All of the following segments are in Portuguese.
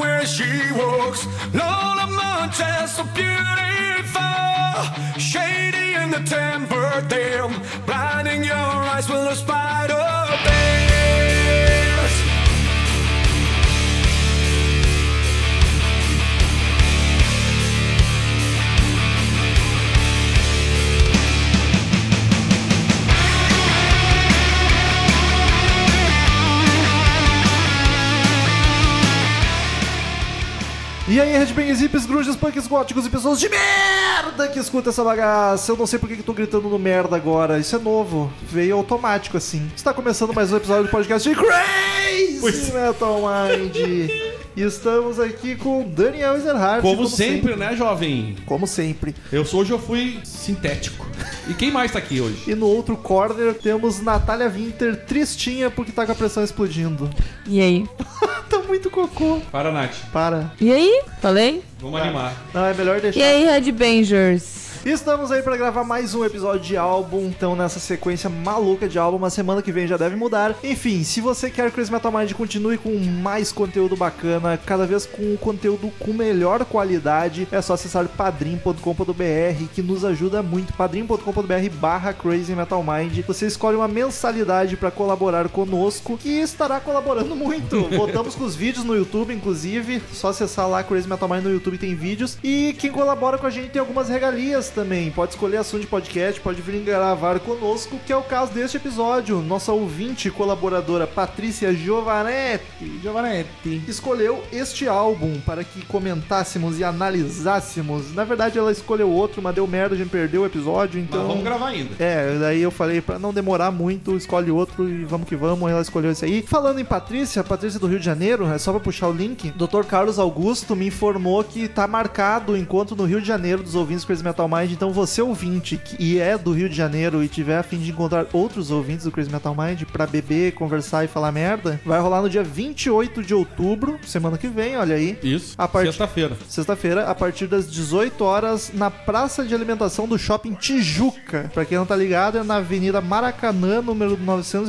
where she walks. Lola Montez, so beautiful. Shady in the temper, damn. Blinding your eyes with a spider dance. E aí, headbangers, hippies, grunges, punks, góticos e pessoas de merda que escuta essa bagaça. Eu não sei por que que eu tô gritando no merda agora. Isso é novo. Veio automático, assim. Está começando mais um episódio do podcast de Crazy Metal Mind. E estamos aqui com o Daniel Ezerhardt. Como, sempre, né, jovem? Como sempre. Eu sou, hoje eu fui sintético. E quem mais tá aqui hoje? E no outro corner temos Natália Winter, tristinha porque tá com a pressão explodindo. E aí? tá muito cocô. Para, Nath. Para. E aí? Falei? Vamos animar. Não, é melhor deixar. E aí, Red Bangers? E Estamos aí pra gravar mais um episódio de álbum, então nessa sequência maluca de álbum, mas semana que vem já deve mudar. Enfim, se você quer que o Crazy Metal Mind continue com mais conteúdo bacana, cada vez com um conteúdo com melhor qualidade, é só acessar padrim.com.br, que nos ajuda muito, padrim.com.br barra Crazy Metal Mind. Você escolhe uma mensalidade pra colaborar conosco, que estará colaborando muito. Voltamos com os vídeos no YouTube, inclusive, só acessar lá Crazy Metal Mind no YouTube tem vídeos. E quem colabora com a gente tem algumas regalias também. Pode escolher assunto de podcast, pode vir gravar conosco, que é o caso deste episódio. Nossa ouvinte e colaboradora Patrícia Giovanetti, Giovanetti escolheu este álbum para que comentássemos e analisássemos. Na verdade, ela escolheu outro, mas deu merda, a gente perdeu o episódio, então. Mas vamos gravar ainda. É, daí eu falei pra não demorar muito, escolhe outro e vamos que vamos. Ela escolheu esse aí. Falando em Patrícia, Patrícia do Rio de Janeiro, é só pra puxar o link. Dr. Carlos Augusto me informou que tá marcado o encontro no Rio de Janeiro dos ouvintes do Crazy Metal Mind. Então você ouvinte que- e é do Rio de Janeiro e tiver a fim de encontrar outros ouvintes do Crazy Metal Mind pra beber, conversar e falar merda, vai rolar no dia 28 de outubro, semana que vem, olha aí. Isso. A partir- Sexta-feira. Sexta-feira, a partir das 18 horas, na Praça de Alimentação do Shopping Tijuca. Pra quem não tá ligado, é na Avenida Maracanã, número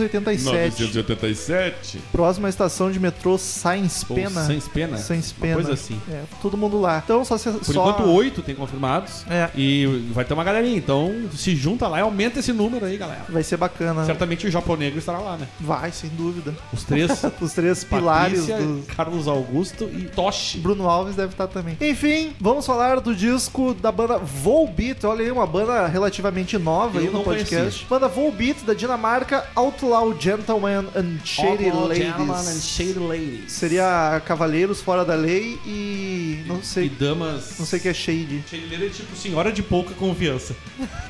987. 987. Próxima estação de metrô Sainz Ou Pena. Sans Pena. Sainz Uma Pena. coisa assim. É, todo mundo lá. Então só... Por enquanto, oito tem confirmados. É. E vai ter uma galerinha. Então, se junta lá e aumenta esse número aí, galera. Vai ser bacana. Certamente o Japão Negro estará lá, né? Vai, sem dúvida. Os três. Os três pilares Patrícia, do... Carlos Augusto e Toshi. Bruno Alves deve estar também. Enfim, vamos falar do disco da banda Volbeat. Olha aí, uma banda relativamente nova Eu aí no não podcast. conhecia. Banda Volbeat da Dinamarca, Outlaw Gentlemen and Shady Outlaw Gentlemen and Ladies. Shady Ladies. Seria Cavaleiros Fora da Lei e. Não E sei. damas. Não sei o que é Shady. Cheireira é tipo senhora de pouca confiança.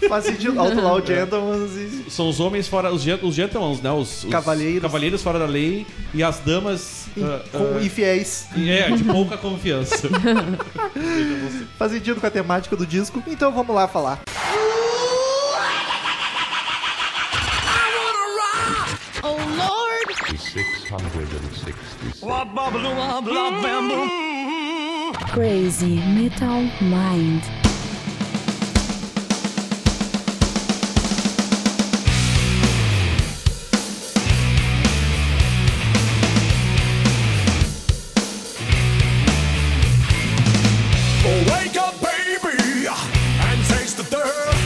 Faz sentido. Outlaw Gentlemen e. São os homens fora. Os, gen- os gentlemans, né? Os, os Cavaleiros. cavaleiros fora da lei e as damas. e- ah, com ah, infiéis. e é, de pouca confiança. Faz sentido com a temática do disco. Então vamos lá falar. Crazy Metal Mind. Oh, wake up, baby, and taste the dirt.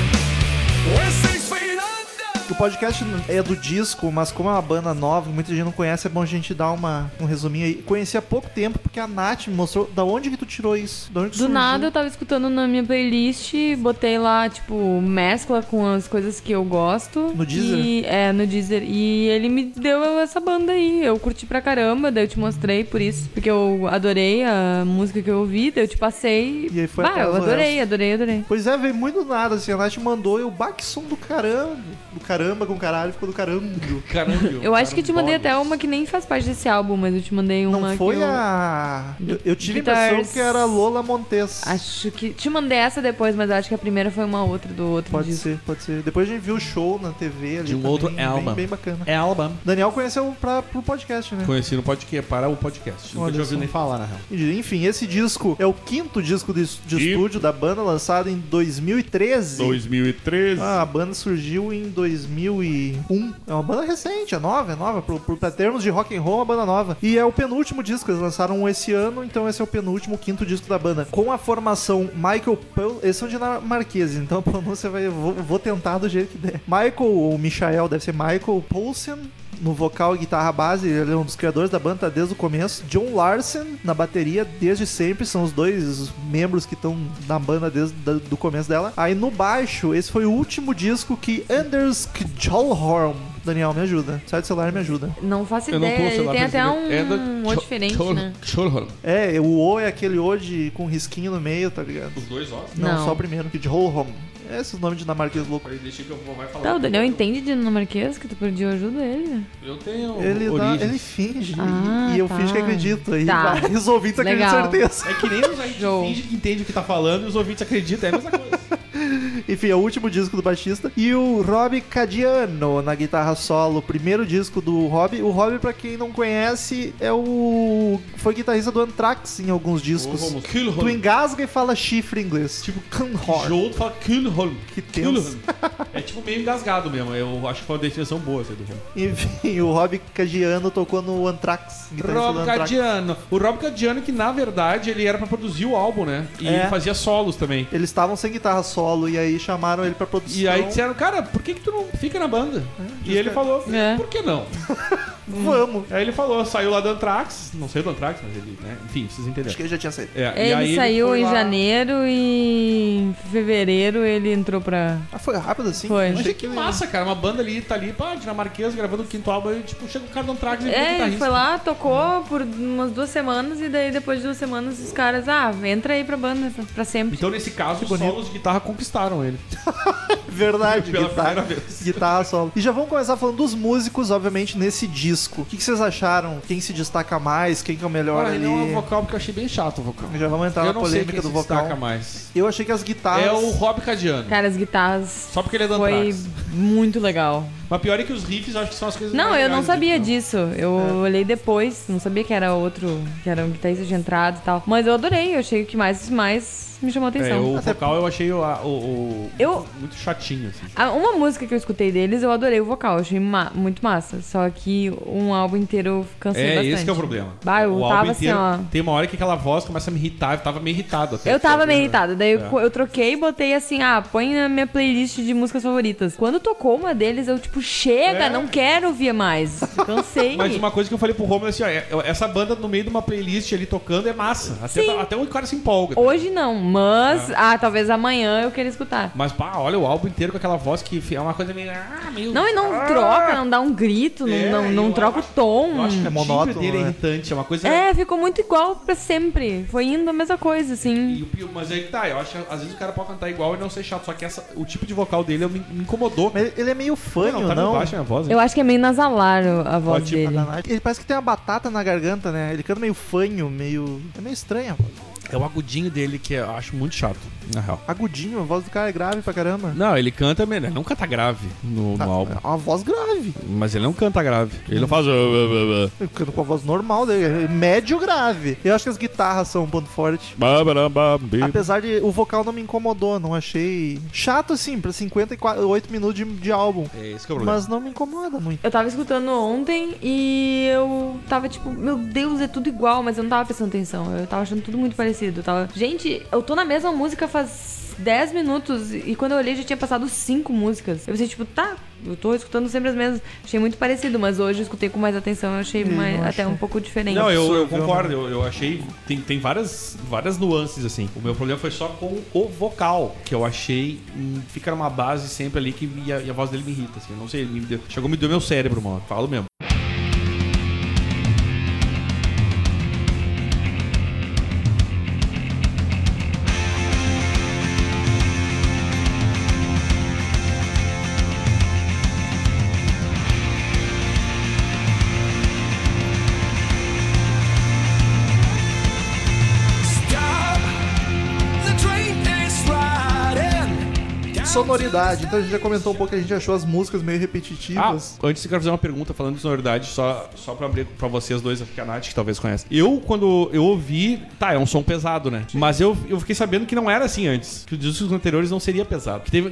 We're six feet under. O podcast é do disco, mas como é uma banda nova, muita gente não conhece, é bom a gente dar uma, um resuminho aí. Conheci há pouco tempo, porque a Nath me mostrou da onde que tu tirou isso. Da onde que Do surgiu? nada eu tava escutando na minha playlist, botei lá, tipo, mescla com as coisas que eu gosto. No Deezer? E, é, no Deezer. E ele me deu essa banda aí. Eu curti pra caramba, daí eu te mostrei por isso. Porque eu adorei a música que eu ouvi, daí eu te passei. E aí foi bah, eu atrás do adorei, resto. adorei, adorei. Pois é, veio muito do nada, assim, a Nath mandou e o backson do caramba. Do caramba com caralho, ficou do caramba. Caramba. Eu acho que te mandei Caramba. até uma que nem faz parte desse álbum, mas eu te mandei uma Não foi que eu... a. Eu, eu tive a Guitars. impressão que era Lola Montes. Acho que. Te mandei essa depois, mas acho que a primeira foi uma outra do outro Pode disco. ser, pode ser. Depois a gente viu o show na TV ali. De um também, outro bem- álbum. Bem bacana. É Alabama. Daniel conheceu pra, pro podcast, né? Conheci no podcast, para o podcast. Nunca Olha tinha ouvido só. nem falar, na real. Enfim, esse disco é o quinto disco de, de E- estúdio da banda, lançado em 2013. 2013. Ah, a banda Ah, surgiu em 2000 2001. É uma banda recente, é nova, é nova. Pro, pro, pra termos de rock and roll, é uma banda nova. E é o penúltimo disco, eles lançaram um esse ano, então esse é o penúltimo, o quinto disco da banda. Com a formação Michael Powell, eles são dinamarqueses, então a pronúncia vai. eu Vou, vou tentar do jeito que der. Michael, ou Michael, deve ser Michael Poulsen, no vocal e guitarra base, ele é um dos criadores da banda tá desde o começo. John Larsen na bateria desde sempre, são os dois membros que estão na banda desde o começo dela. Aí no baixo, esse foi o último disco que Anders Kjolhorn Daniel, me ajuda. Sai do celular e me ajuda. Não faço Eu não ideia. tô Ele sei lá, tem pra até um, entender. um O diferente, né? Cholholm. É, o O é aquele O de, com risquinho no meio, tá ligado? Os dois, ó. Não, Não. só o primeiro, que de Holholm. Esse é o nome de dinamarquês louco. Peraí, deixa que eu vou vai falar. Tá, o Daniel entende de dinamarquês que tu pediu ajuda a ele. Eu tenho Ele, dá, origem. ele finge, e- Ah, e eu tá. finge que acredito. E Tá. vários ouvintes acreditam Legal. certeza. É que nem os aí Show. finge que entende o que tá falando e os ouvintes acreditam, é a mesma coisa. Enfim, é o último disco do baixista. E o Rob Cadiano na guitarra solo, o primeiro disco do Rob. O Rob, pra quem não conhece, é o. Foi guitarrista do Anthrax em alguns discos. Cholholm. Cholholm. Tu engasga e fala chifre em inglês. Tipo, Canhor. Joel fala Kilholm. Que tenso. É tipo meio engasgado mesmo. Eu acho que foi uma definição boa essa do Rob. Enfim, o Rob Cadiano tocou no Anthrax. guitarrista do Rob Anthrax. Cadiano. O Rob Cadiano, que na verdade ele era pra produzir o álbum, né? E É. ele fazia solos também. Eles estavam sem guitarra solo e aí chamaram ele pra produção. E aí disseram, cara, por que, que tu não fica na banda? e ele falou, É. por que não? Vamos. Aí ele falou, saiu lá do Anthrax, não sei do Anthrax, mas ele, né? Enfim, vocês entenderam. Acho que ele já tinha saído. É, e aí Ele saiu foi em lá- janeiro e em fevereiro ele entrou pra. Ah, foi rápido assim? Foi. Achei Mas é que massa, cara. Uma banda ali, tá ali, pá, dinamarquesa, gravando o quinto álbum, aí, tipo, chega o cara do Anthrax e É, ele guitarrista. foi lá, tocou por umas duas semanas e daí depois de duas semanas os caras, ah, entra aí pra banda pra sempre. Então, nesse caso, os solos de guitarra conquistaram ele. Verdade, Pela guitarra, primeira vez. guitarra solo. E já vamos começar falando dos músicos, obviamente, nesse disco. O que, que vocês acharam? Quem se destaca mais? Quem que é o melhor Olha, ali? não é o vocal, porque eu achei bem chato o vocal. Já vamos entrar eu na não sei polêmica quem do se vocal. Tá. destaca mais. Eu achei que as guitarras. É o Rob Cadiano. Cara, as guitarras Só porque ele é do foi Anthrax. muito legal. Mas pior é que os riffs, eu acho que É. são as coisas Não, mais eu não legais sabia do disco, disso. Eu olhei depois, não sabia que era outro, que era um guitarrista de entrada e tal. Mas eu adorei, eu achei o que mais, mais me chamou a não. É, atenção. o vocal eu achei o, a- o- o- Eu- muito chatinho, assim. Ah, Uma música que eu escutei deles, eu adorei o vocal, eu achei ma- muito massa. Só que um álbum inteiro eu cansei É, bastante. esse que é o problema. Bah, eu o tava álbum assim, inteiro, é ó. Tem uma hora que aquela voz começa a me irritar, eu tava meio irritado até. Eu tava meio irritada, daí eu, É. co- eu troquei e botei assim, ah, põe na minha playlist de músicas favoritas. Quando tocou uma deles, eu tipo, chega, É. não quero ouvir mais. Cansei. Mas uma coisa que eu falei pro Romulo assim, ó, é- essa banda no meio de uma playlist ali tocando é massa. Até, Sim. até o cara se empolga. tá Hoje não, É. mas, ah, talvez amanhã eu queira escutar. Mas, pá, olha o álbum inteiro com aquela voz que é uma coisa meio. Ah, meio Não, e não troca, não dá um grito, não, É, não, não eu troca acho- o tom. Eu acho que É é monótono, monótono. dele é né? irritante, é uma coisa. É, ficou muito igual pra sempre. Foi indo a mesma coisa, assim. E o pior- mas aí que tá, eu acho que às vezes o cara pode cantar igual e não ser chato, só que essa, o tipo de vocal dele eu, me, me incomodou. Mas Ele é meio fanho, tá não? meio baixa a minha voz. né? Eu acho que é meio nasalar o- a voz Pode ir dele. Ele parece que tem uma batata na garganta, né? Ele canta meio fanho, meio. É meio estranho. É o agudinho dele que eu acho muito chato, na real. Agudinho, a voz do cara é grave pra caramba. Não, ele canta, mesmo, ele não canta grave no, no álbum. É uma voz grave. Mas ele não canta grave. Ele não faz. "Ah, ah, Ele canta com a voz normal dele, é médio grave. Eu acho que as guitarras são um ponto forte. ah, ah, bará, bá, bi". Apesar de o vocal não me incomodou, não achei chato assim, pra 58 minutos de, de álbum. É esse que é o problema. Mas não me incomoda muito. Eu tava escutando ontem e eu tava tipo, meu Deus, é tudo igual, mas eu não tava prestando atenção. Eu tava achando tudo muito parecido. Eu tava... Gente, eu tô na mesma música faz 10 minutos e quando eu olhei já tinha passado cinco músicas. Eu pensei, tipo, tá, eu tô escutando sempre as mesmas. Achei muito parecido, mas hoje eu escutei com mais atenção, eu É, achei mais- não até achei. um pouco diferente. Não, eu, eu absorveu, concordo. Eu, eu achei. Tem, tem várias, várias nuances, assim. O meu problema foi só com o vocal, que eu achei. hum, Fica numa base sempre ali que e a, e a voz dele me irrita, assim. Eu não sei, ele me deu, chegou me deu meu cérebro, mano. Falo mesmo. Stop. The train is riding. sonoridade. Então a gente já comentou um pouco que a gente achou as músicas meio repetitivas. Ah, antes eu quero fazer uma pergunta falando de sonoridade, só, só pra abrir pra vocês dois, que a Nath que talvez conhece. Eu, quando eu ouvi, tá, é um som pesado, né? Mas eu, eu fiquei sabendo que não era assim antes, que os discos anteriores não seria pesado. Que teve,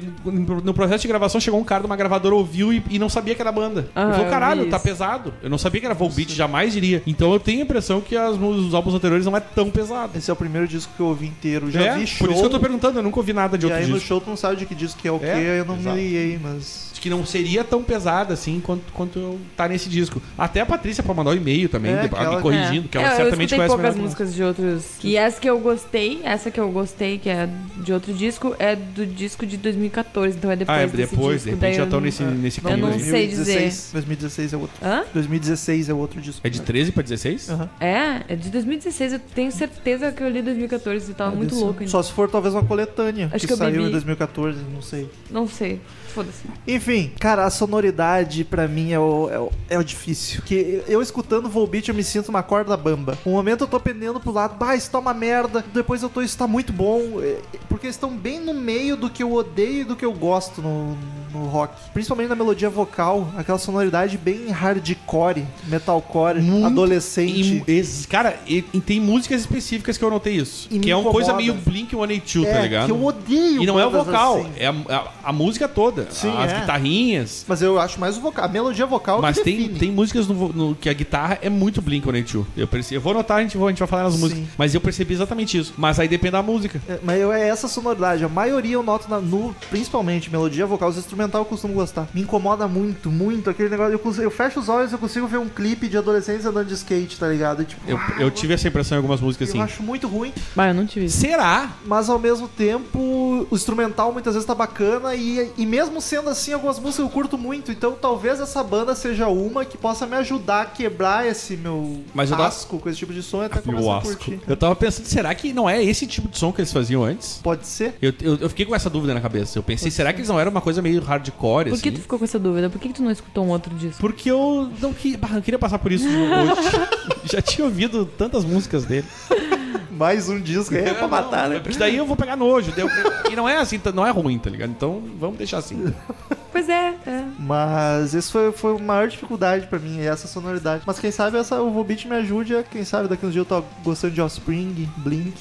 no processo de gravação chegou um cara de uma gravadora, ouviu e, e não sabia que era banda. Ah, ele eu falou, vi caralho, tá isso. pesado. Eu não sabia que era Volbeat, jamais diria. Então eu tenho a impressão que as, os álbuns anteriores não é tão pesado. Esse é o primeiro disco que eu ouvi inteiro. Já é, vi show. Por isso que eu tô perguntando, eu nunca ouvi nada e de outro aí no disco. show tu não sabe de que disco que é o quê, É, aí eu não exato. me liei, mas. Que não seria tão pesado assim quanto, quanto eu tá nesse disco. Até a Patrícia pra mandar o e-mail também, É, depois- que ela- me corrigindo, que ela é, certamente eu escutei conhece melhor poucas que nós. músicas de outros. E essa que eu gostei, essa que eu gostei, que é de outro disco, é do disco de 2014, então é depois Ah, é desse depois, disco, daí de repente já eu estão não- nesse, nesse Eu caminho não aí. sei. 2016, 2016 é outro. Hã? 2016 é outro disco. É Tá de 13 pra 16? Aham. É, é de 2016, eu tenho certeza que eu li 2014 e tava É muito Tá desse louco. ano. ainda. Só se for talvez uma coletânea Acho que, que eu saiu bebi. em 2014, não sei. Não sei, foda-se. Enfim, cara, a sonoridade pra mim é o, é o, é o difícil. Que eu escutando Volbeat eu me sinto uma corda bamba. Um momento eu tô pendendo pro lado, bah, isso tá uma merda. Depois eu tô, isso tá muito bom. É, Porque eles estão bem no meio do que eu odeio e do que eu gosto no, no rock. Principalmente na melodia vocal, aquela sonoridade bem hardcore, metalcore, Muito adolescente. E, es- cara, e, e tem músicas específicas que eu notei isso. E me que é uma coisa incomoda. meio Blink 182, é, tá ligado? que eu odeio. e não é o bandas vocal, assim. é a, a- a música toda. Sim, as é. guitarrinhas. Mas eu acho mais o vocal. A melodia vocal Mas que tem, define. tem músicas no, vo- no- que a guitarra é muito Blink 182. Eu, perce- eu vou anotar, a gente, vai- a gente vai falar nas Sim. músicas. Mas eu percebi exatamente isso. Mas aí depende da música. É, Mas eu, é essa sonoridade. A maioria eu noto na, no, principalmente melodia vocal, os instrumental eu costumo gostar. Me incomoda muito, muito aquele negócio. Eu, cons- eu fecho os olhos e eu consigo ver um clipe de adolescência andando de skate, tá ligado? E, tipo, Eu, ah, eu tive essa impressão em algumas músicas assim. eu acho muito ruim, Mas eu não tive isso. Será? mas ao mesmo tempo o instrumental muitas vezes tá bacana e, e mesmo sendo assim, algumas músicas eu curto muito. Então talvez essa banda seja uma que possa me ajudar a quebrar esse meu Mas eu dou- asco com esse tipo de som e até Meu começar a asco. curtir. Eu tava pensando, será que não é esse tipo de som que eles faziam antes? Pode ser? Eu, eu, eu fiquei com essa dúvida na cabeça. Eu pensei, será que eles não eram uma coisa meio hardcore, Por que assim? tu ficou com essa dúvida? Por que, que tu não escutou um outro disco? Porque eu não, que... bah, não queria passar por isso de novo hoje. Já tinha ouvido tantas músicas dele. Mais um disco aí pra matar, né? Porque daí eu vou pegar nojo. daí eu- E não é assim, tá- não é ruim, tá ligado? Então vamos deixar assim. Pois é, é. Mas esse foi, foi a maior dificuldade pra mim, é essa sonoridade. Mas quem sabe essa, o Volbeat me ajude, a- quem sabe daqui uns dias eu tô gostando de Offspring, Blink.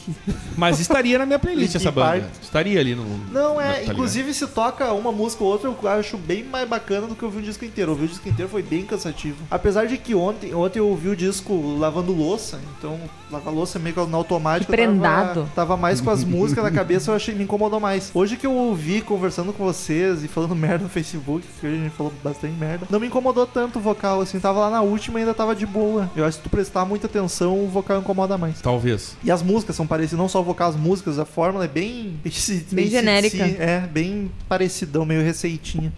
Mas estaria na minha playlist Linkin essa banda. Park. Estaria ali no. Não, na- tá é, ligado? inclusive se toca uma música ou outra, eu acho bem mais bacana do que ouvir o disco inteiro. Ouvir o disco inteiro foi bem cansativo. Apesar de que ontem, ontem eu ouvi o disco lavando louça, então lavar louça é meio que na automática. Que eu tava- prendado. Tava, mais com as músicas na cabeça, eu achei me incomodou mais. Hoje que eu ouvi conversando com vocês e falando merda no Facebook, que hoje a gente falou bastante merda, não me incomodou tanto o vocal, assim, tava lá na última e ainda tava de boa. Eu acho que se tu prestar muita atenção, o vocal incomoda mais. Talvez. E as músicas são parecidas, não só o vocal, as músicas, a fórmula é bem. Bem, genérica. É, bem parecidão, meio receitinha.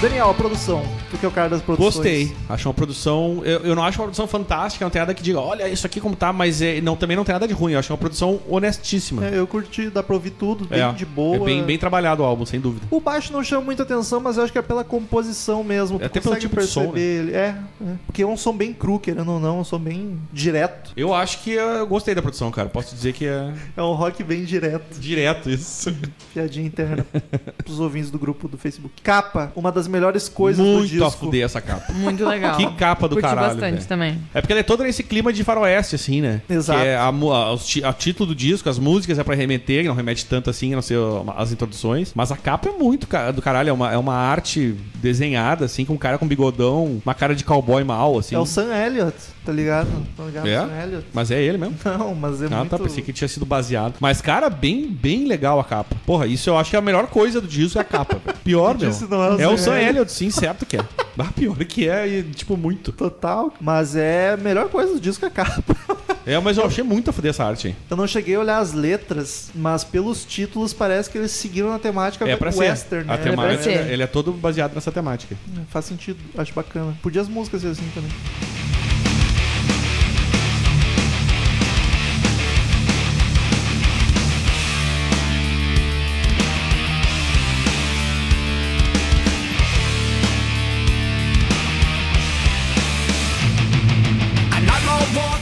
Daniel, a produção. Tu que é o cara das produções. Gostei. Acho uma produção. Eu, eu não acho uma produção fantástica, não tem nada que diga, olha isso aqui como tá, mas é, não, também não tem nada de ruim. Eu acho uma produção honestíssima. É, eu curti, dá pra ouvir tudo, bem É, de boa. É bem, bem trabalhado o álbum, sem dúvida. O baixo não chama muita atenção, mas eu acho que é pela composição mesmo. É até Tu pelo consegue tipo de som, perceber ele. É, é. Porque é um som bem cru, querendo ou não, é um som bem direto. Eu acho que eh, eu gostei da produção, cara. Posso dizer que é É um rock bem direto, direto isso. piadinha interna pros ouvintes do grupo do Facebook. Capa, uma das melhores coisas do Muito disco. a fuder essa capa. Muito legal. Que capa do Curti caralho. bastante velho. também. É porque ela é toda nesse clima de faroeste, assim, né? Exato. Que é a, mu- a- os ti- a título do disco, as músicas é pra remeter, que não remete tanto assim, a não ser o- as introduções. Mas a capa é muito ca- do caralho. É uma, é uma arte desenhada, assim, com um cara com bigodão, uma cara de cowboy mal, assim. É o Sam Elliott, tá ligado? Tá ligado? É? Sam Elliott. Mas é ele mesmo. Não, mas é Ah, muito... tá, pensei que tinha sido baseado. Mas, cara, bem, bem legal a capa. Porra, isso eu acho que é a melhor coisa do disco é a capa. velho. Pior, meu. Isso não é o É Sam o Sam Elliott. Elliott, sim, certo que é. Ah, pior que é, e, tipo, muito. Total. Mas é a melhor coisa do disco é a capa. É, mas eu achei muito a fuder essa arte aí. Eu não cheguei a olhar as letras, mas pelos títulos parece que eles seguiram a temática É pra ser. Então western, a né? pra temática, ser. ele é todo baseado nessa temática. É, Faz sentido, acho bacana. Podia as músicas ser assim também.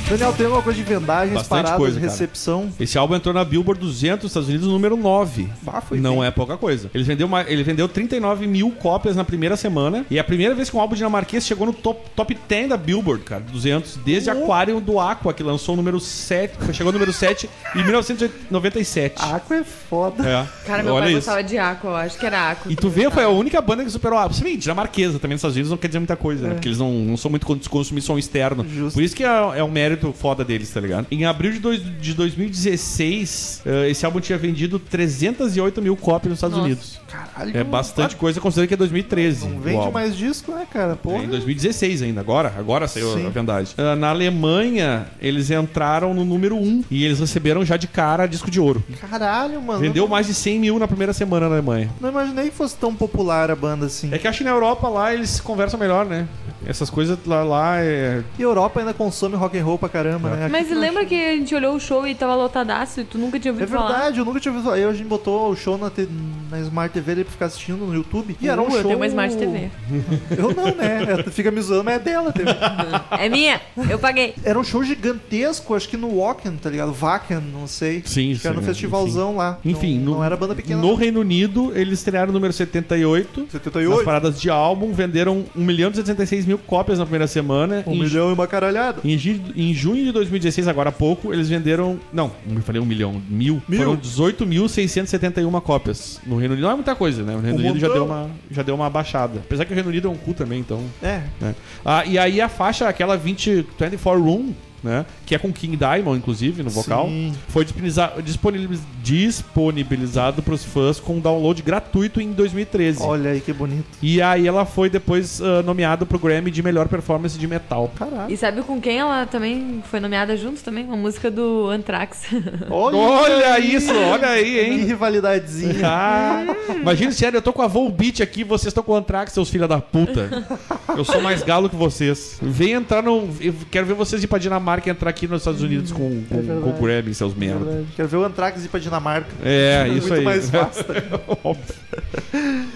Daniel, tem alguma coisa de vendagens, Bastante paradas, coisa, cara. recepção? Esse álbum entrou na Billboard 200 dos Estados Unidos, número 9. Bah, foi Não bem. é pouca coisa. Ele vendeu, uma- ele vendeu 39 mil cópias na primeira semana. E é a primeira vez que um álbum dinamarquês chegou no top, top 10 da Billboard, cara. 200. Desde Aquarium do Aqua, que lançou o número 7. Chegou no número 7 em 1997. A Aqua é foda. É. Cara, meu Olha pai isso. gostava de Aqua, eu acho que era Aqua. E tu vê, foi a única banda que superou a. Sim, dinamarquesa também nos Estados Unidos não quer dizer muita coisa, né? Porque eles não, não são muito contra consumir som externo. É. Justo. Por isso que é, é um mérito foda deles, tá ligado? Em abril de, dois, de 2016, eh, esse álbum tinha vendido 308 mil cópias nos Estados Nossa. Unidos. Caralho. É não- bastante coisa, considerando que é 2013. Não o Uhum. Então vende álbum. mais disco, né, cara? É, Porra. Em 2016 ainda, agora, agora saiu Sim. a vendagem. Ah, na Alemanha, eles entraram no número 1 e eles receberam já de cara disco de ouro. Caralho, mano. Vendeu não- mais de 100 mil na primeira semana na Alemanha. Não imaginei que fosse tão popular a banda assim. É que acho que na Europa lá eles conversam melhor, né? Essas coisas lá, lá é. E a Europa ainda consome rock and roll pra caramba, né? Aqui Mas não- lembra é que a gente olhou o show e tava lotadaço e tu nunca tinha É ouvido falar? verdade, eu nunca tinha visto. Aí a gente botou o show na, te- na Smart TV ali pra ficar assistindo no YouTube. E era um Uh, show. Eu tenho uma Smart TV. Eu não, né? Ela fica me zoando, mas é dela. a TV. é minha, eu paguei. Era um show gigantesco, acho que no Wacken, tá ligado? Wacken, não sei. Sim, Acho que era sim, no é, festivalzão lá. Enfim, Então, não, no, não era banda pequena. né? no não. Reino Unido, eles estrearam o número 78. 78. Nas paradas de álbum, venderam 1 milhão e 76 mil cópias na primeira semana. Um Em- milhão e uma caralhada. Em, ju- em junho de 2016, agora há pouco, eles venderam. Não, eu falei um milhão, mil. Mil. Foram 18.671 cópias no Reino Unido. Não é muita coisa, né? O Reino Um Unido já montão. deu, uma, já deu uma baixada. Apesar que o Reino Unido é um cu também, então. É. né? Ah, e aí a faixa, aquela 20, 24 Room, né? Que é com King Diamond, inclusive, no vocal. Sim. Foi disponibiliza- disponibiliz- disponibilizado para os fãs com download gratuito em 2013. Olha aí que bonito. E aí ela foi depois ah, nomeada pro Grammy de melhor performance de metal. Caralho. E sabe com quem ela também foi nomeada junto também? Uma música do Anthrax. Olha, Olha isso, olha aí, Que hein? rivalidadezinha. Ah, imagina se era, eu tô com a Volbeat aqui, vocês estão com o Antrax, seus filha da puta. Eu sou mais galo que vocês. Vem entrar no. eu quero ver vocês ir pra Dinamarca e entrar aqui nos Estados Unidos com, com, com o É verdade. Grammy, seus merda. Quero ver o Anthrax ir pra Dinamarca. É, isso Muito aí. mais fácil.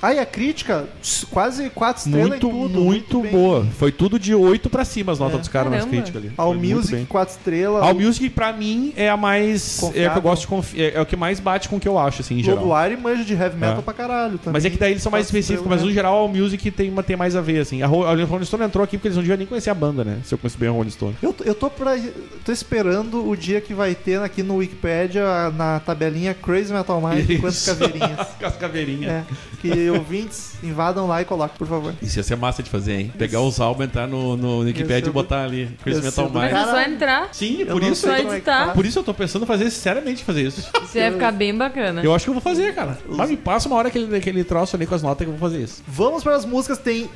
Aí a crítica, quase quatro estrelas muito, em tudo. muito bem. boa. Foi tudo de 8 pra cima as notas É. dos caras nas Caramba. críticas ali. All Foi muito Music, bem. quatro estrelas. All Music, pra mim, é a mais. É a que Confiável. eu gosto de confi- é, é o que mais bate com o que eu acho, assim, em geral. Loboar e manja de heavy metal É. pra caralho também. Mas é que daí eles são mais Quatro específicos, mas estrelas, no né? geral a Music tem, uma, tem mais a ver, assim. A, Ro- a Rolling Stone entrou aqui porque eles não deviam nem conhecer a banda, né? Se eu conheço bem a Rolling Stone. Eu, tô- eu tô, pra, tô esperando o dia que vai ter aqui no Wikipedia, na tabelinha Crazy Metal Mind, Isso. quantas caveirinhas. Cascaveirinha. é, que ouvintes invadam lá e coloquem, por favor. Isso ia ser massa de fazer, hein? Pegar os álbuns, entrar no, no Ia Wikipedia ser e botar ali. Chris ia ser Metal do Mas Mind. cara. é só entrar, Sim, Eu por não isso, sei Só como é que editar. faz. por isso eu tô pensando em fazer, sinceramente, fazer isso. isso ia ficar bem bacana. Eu acho que eu vou fazer, cara. Mas me passa uma hora aquele, aquele troço ali com as notas que eu vou fazer isso. Vamos para as músicas, tem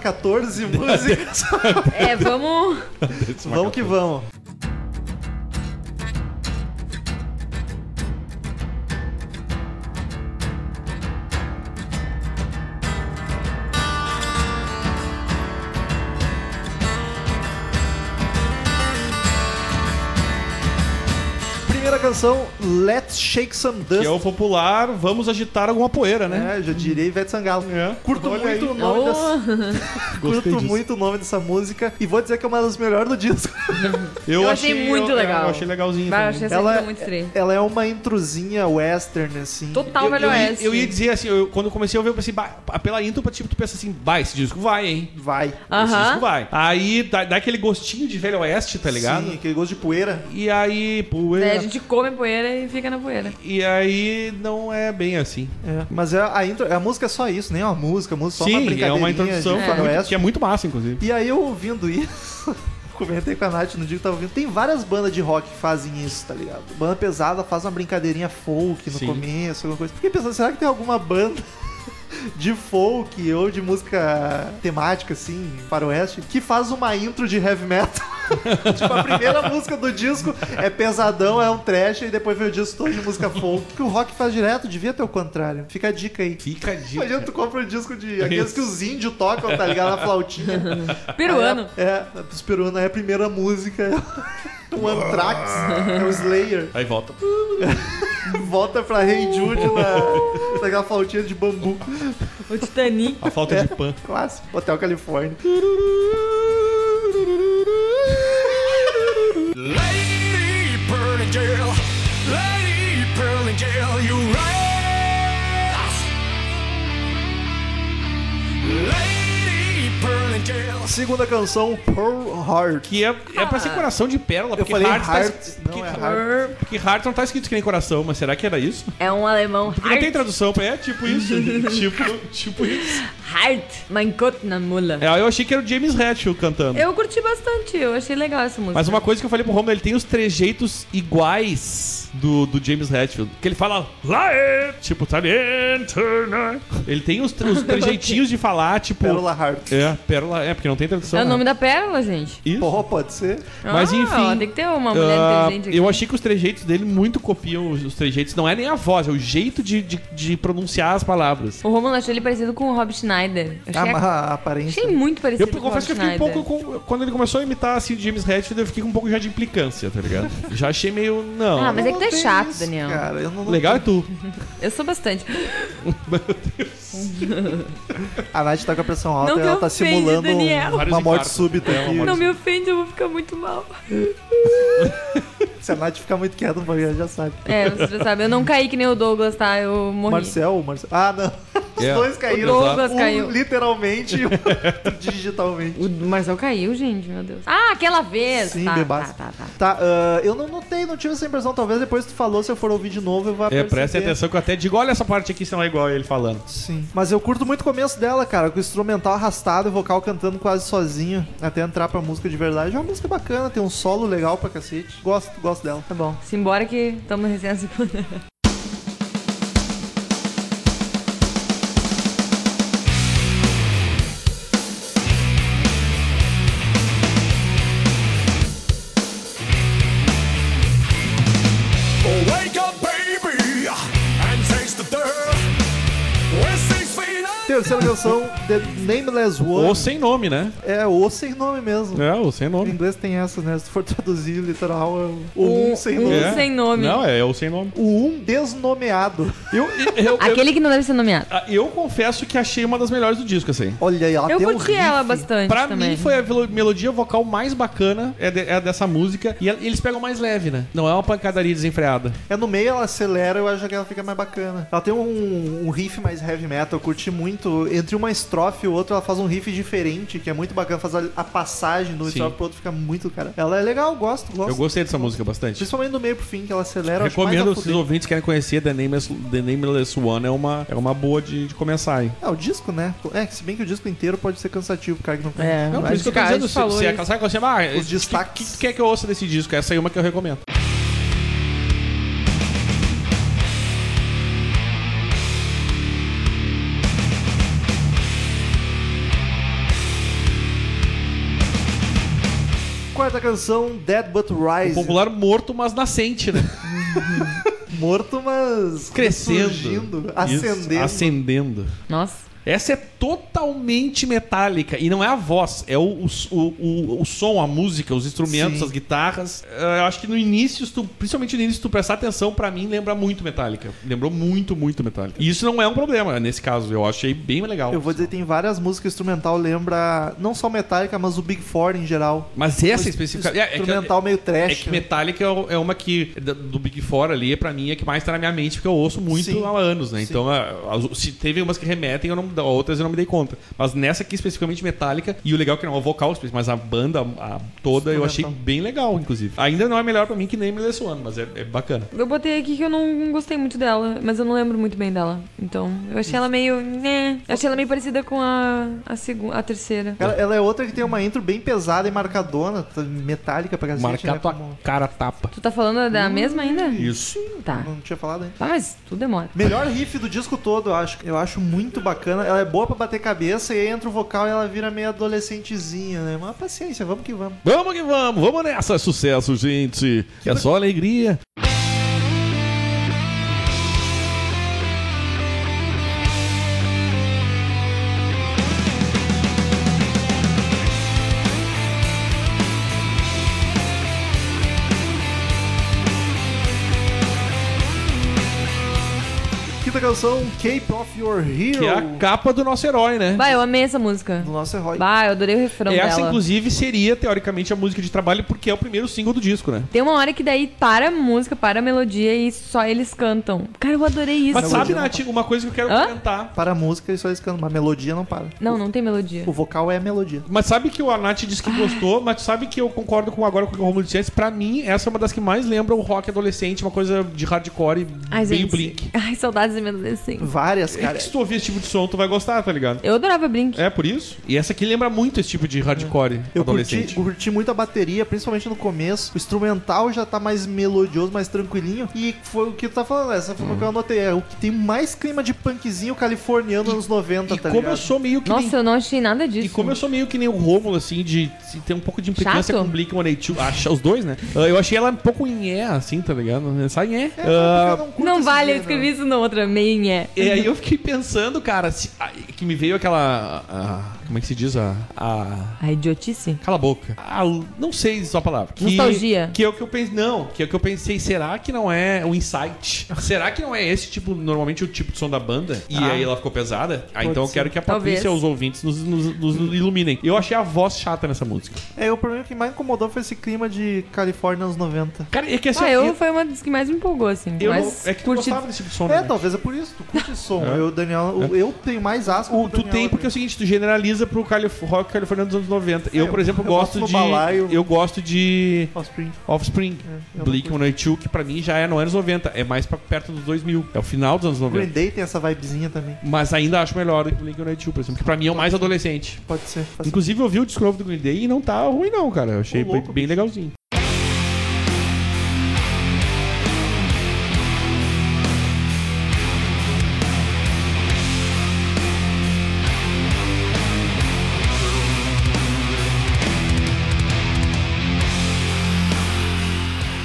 14 músicas. É, vamos. vamos que vamos. Primeira canção, Let's Shake Some Dust. Que é o popular, vamos agitar alguma poeira, né? É, já diria Ivete Sangalo. É. Curto, Olha muito aí. o nome Oh. dessa, Gostei É, curto disso. muito o nome dessa música e vou dizer que é uma das melhores do disco. Eu achei muito eu- legal. Eu achei legalzinho. Vai, eu também. achei essa Ela- aqui muito estranha. Ela é uma intrusinha western, assim. Total Eu- Velho eu, ia- Oeste. eu ia dizer assim, eu- quando eu comecei a ouvir, eu pensei, bah, pela intro, tipo, tu pensa assim, bah, esse disco vai, hein? Vai. Esse Aham. disco vai. Aí dá, dá aquele gostinho de Velho Oeste, tá ligado? Sim, aquele gosto de poeira. E aí, Daí poeira. É, a gente come poeira e fica na poeira. E aí não é bem assim. É, Mas é a, intro, a música é só isso, nem é uma música, a música é só uma Sim, brincadeirinha é uma introdução de que é muito- faroeste. que é muito massa, inclusive. E aí eu ouvindo isso, comentei com a Nath no dia que tava ouvindo, tem várias bandas de rock que fazem isso, tá ligado? Banda pesada faz uma brincadeirinha folk no Sim. começo, alguma coisa. Fiquei pensando, será que tem alguma banda de folk ou de música temática, assim, faroeste, que faz uma intro de heavy metal? tipo, a primeira música do disco é pesadão, é um trash, e depois vem o disco todo de música folk. Que o rock faz direto, devia ter o contrário. Fica a dica aí. Fica a dica. Imagina, tu compra um disco de aqueles que os índios tocam, tá ligado? Na flautinha. Peruano. É, é, os peruanos é a primeira música. é Um Anthrax, é o Slayer. Aí volta. Volta pra Hey Jude na, naquela flautinha de bambu. O Titanic. A falta de pan. Clássico, Hotel Califórnia. Segunda canção, Pearl Heart. Que é, é pra Ah. ser coração de pérola, Eu porque falei Heart, tá, Heart, es- não que- é Heart. porque Heart não tá escrito que nem coração, mas será que era isso? É um alemão. Porque não tem Hart, tradução pra é tipo isso. tipo, tipo isso. Hart, mein Gott, na mula. É, eu achei que era o James Hetfield cantando. Eu curti bastante, eu achei legal essa música. É Mas uma coisa que eu falei pro Romulo, ele tem os trejeitos iguais do, do James Hetfield. Que ele fala, "Lae", tipo, tá né?" Ele tem os, tre- os trejeitinhos de falar, tipo. Pérola Heart. É, pérola. É, porque não tem tradução. É o né? nome da pérola, gente. Isso. Porra, pode ser? Mas Ah, enfim. Tem que ter uma mulher ah, inteligente aqui. eu achei que os trejeitos dele muito copiam os, os trejeitos. Não é nem a voz, é o jeito de, de, de pronunciar as palavras. O Romulo achou ele parecido com o Rob Schneider. Eu Ah, achei, mas a aparência. achei muito Eu parecido com o Rob confesso que eu fiquei um é Schneider. pouco. com- quando ele começou a imitar assim, o James Hetfield, eu fiquei com um pouco já de implicância, tá ligado? já achei meio. Não. Ah, mas é que tu é Não tem chato, isso, Daniel. Cara, eu não, não Legal é tu. Eu sou bastante. A Nath tá com a pressão alta Não e que ela eu tá ofenda, simulando um- Daniel. uma morte súbita É, uma aqui. morte Não me ofende, eu vou ficar muito mal. Se a Nath ficar muito quieta, ela já sabe. É, vocês já sabem. Eu não caí que nem o Douglas, tá? Eu morri. Marcel, Marcel. Ah, não. Os É. dois caíram. O Douglas um caiu. literalmente e o outro digitalmente. O Marcel caiu, gente, meu Deus. Ah, aquela vez. Sim, tá, bebaço. Tá, tá, tá. Tá, ah, eu não notei, não tive essa impressão. Talvez depois que tu falou, se eu for ouvir de novo, eu vou É, perceber. prestem atenção que eu até digo, olha essa parte aqui, senão é igual ele falando. Sim. Mas eu curto muito o começo dela, cara, com o instrumental arrastado e o vocal cantando quase sozinho, até entrar pra música de verdade. É uma música bacana, tem um solo legal pra cacete. Gosto, gosto dela. Tá bom. Simbora que estamos recém assim. Oh, Wake up, baby, and taste the dirt. With six feet under. Terceira canção, The Nameless One. Ou sem nome, né? É, o sem nome mesmo. É, ou sem Em nome. inglês tem essa, né? Se tu for traduzir literal, é o um, Um- sem um- nome. é. sem nome. Não, é, ou sem nome. O um desnomeado. Eu, eu, eu, Aquele que não deve ser nomeado. eu, eu confesso que achei uma das melhores do disco, assim. Olha aí, ela Eu tem um curti riff. ela bastante Pra também. mim foi a velo- melodia vocal mais bacana é, de- é a dessa música. E el- eles pegam mais leve, né? Não é uma pancadaria desenfreada. É no meio, ela acelera, eu acho que ela fica mais bacana. Ela tem um, um riff mais heavy metal, eu curti muito. Entre uma estrofe e outra, ela faz um riff diferente, que é muito bacana. Faz a, a passagem do Sim. estrofe pro outro, fica muito, cara. Ela é legal, gosto, gosto. Eu gostei dessa música bastante. Principalmente do meio pro fim, que ela acelera. eu acho mais Recomendo, a se os fuder. ouvintes querem conhecer, The Nameless, The Nameless One é uma, é uma boa de, de começar, hein? É, o disco, né? É, se bem que o disco inteiro pode ser cansativo, cara, que não conhece. É, Não, por mas isso que eu tô cara, a dizendo, gente se, falou se é isso. casar com você, ah, Os destaques. O que, que, é que eu ouço desse disco? Essa é uma que eu recomendo. Quarta canção, Dead But Rise. O popular morto, mas nascente, né? Morto, mas. Crescendo. Tá Surgindo, Isso, acendendo. Acendendo. Nossa. Essa é totalmente metálica. E não é a voz, é o, o, o, o- o som, a música, os instrumentos, Sim. as guitarras. Eh, Eu acho que no início, se tu- principalmente no início, se tu prestar atenção, pra mim lembra muito metálica. Lembrou muito, muito metálica. E isso não é um problema nesse caso. Eu achei bem legal. Eu vou dizer, tem várias músicas instrumental, lembra não só Metallica, mas o Big Four em geral. Mas essa específica. é- é que- Instrumental meio É trash. né? que Metallica é o- é uma que, da- do Big Four ali, pra mim, é que mais tá na minha mente, porque eu ouço muito Sim. há anos, né? Então, a- as- se teve umas que remetem, eu não, da- outras eu não me dei conta. Mas nessa aqui, especificamente Metallica, e o legal é que não é o vocal, mas a banda a- toda eu achei bem legal, inclusive. Ainda não é melhor pra mim que nem Melissa One, mas é, é bacana. Eu botei aqui que eu não gostei muito dela, mas eu não lembro muito bem dela. Então, eu achei ela meio. Né. Eu achei ela meio parecida com a, a, segunda, a terceira. Cara, ela é outra que tem uma intro bem pesada e marcadona, tá- metálica pra cacete, Marcar né, tua como- cara tapa. Tu tá falando da mesma ainda? Isso. Tá. Não tinha falado, hein? Ah, mas tudo demora. Melhor riff do disco todo, eu acho. Eu acho muito bacana. Ela é boa pra bater cabeça e aí entra o vocal e ela vira meio adolescentezinha, né? Mas paciência, vamos que vamos. Vamos que vamos, vamos nessa, sucesso, gente. É só alegria. Quinta da canção Cape of Your Hero. Que é a capa do nosso herói, né? Bah, eu amei essa música. Do nosso herói. Bah, eu adorei o refrão Essa, dela. inclusive, seria, teoricamente, a música de trabalho, porque é o primeiro single do disco, né? Tem uma hora que daí para a música, para a melodia e só eles cantam. Cara, eu adorei isso. Mas sabe, melodia não Nath, uma coisa que eu quero Hã? comentar. Para a música e só escando, mas a melodia não para. Não, não tem melodia. O vocal é a melodia. Mas sabe que o a Nath disse que Ah. gostou, mas sabe que eu concordo com agora com o que o Romulo disse. antes. Pra mim, essa é uma das que mais lembra o rock adolescente, uma coisa de hardcore e Ai, bem gente. blink. Ai, saudades da minha adolescência. Várias, cara. É que se tu ouvir esse tipo de som, tu vai gostar, tá ligado? Eu adorava Blink. É por isso. E essa aqui lembra muito esse tipo de hardcore Eu curti, adolescente. curti muito a bateria, principalmente no começo. O instrumental já tá mais melodioso, mais tranquilinho. E foi o que tu tá falando, essa foi o que eu anotei. É o que tem mais clima de punkzinho californiano anos 90, E tá como ligado? eu sou meio que nem Nossa, eu não achei nada disso. É. E como eu sou meio que nem o Rômulo, assim, de, de ter um pouco de implicância Chato? com Blink One Eight Two, acha os dois, né? Ah, Eu achei ela um pouco nhé, assim, tá ligado? Só nhé. É, Ah, porque eu curto Não esse vale, eu gênero. escrevi isso no outra, meio é. um. e aí eu fiquei pensando, cara, se- ah, que me veio aquela. ah, como é que se diz? A. a- A idiotice? Cala a boca. Ah, não sei só a palavra. Que, Nostalgia. Que é o que eu pensei. Não, que é o que eu pensei. Será que não é o insight? Será que não é esse tipo, normalmente, o tipo de som da banda? E aí ela ficou pesada? Ah, então eu quero que a Patrícia e Talvez. os ouvintes nos- nos- nos iluminem. Eu achei a voz chata nessa música. É, o problema que mais incomodou foi esse clima de Califórnia anos 90. Cara, é que assim, Ah, eu, eu foi uma das que mais me empolgou, assim. eu não- mas é que tu curti... gostava desse tipo de som, É, né? talvez é por isso, tu curte esse som. É. Eu, Daniel, eu, eu tenho mais asco O, que tu Daniel, né? tem, porque é o eu seguinte, tu generaliza pro calif rock californiano dos anos 90. Eu, É, por exemplo, eu gosto gosto do de. balaio. Eu gosto de. Offspring. É, Offspring. eu não Bleak curto. 182, que pra mim já é no anos 90. É mais pra perto dos 2000. É o final dos anos 90. Green Day tem essa vibezinha também. Mas ainda acho melhor do que Blink 182, por exemplo, que pra mim é o mais adolescente. Pode ser. faz sentido. Inclusive, eu vi o disco novo do Green Day e não tá ruim, não, cara. Eu achei Ô, louco, bem, bem legalzinho.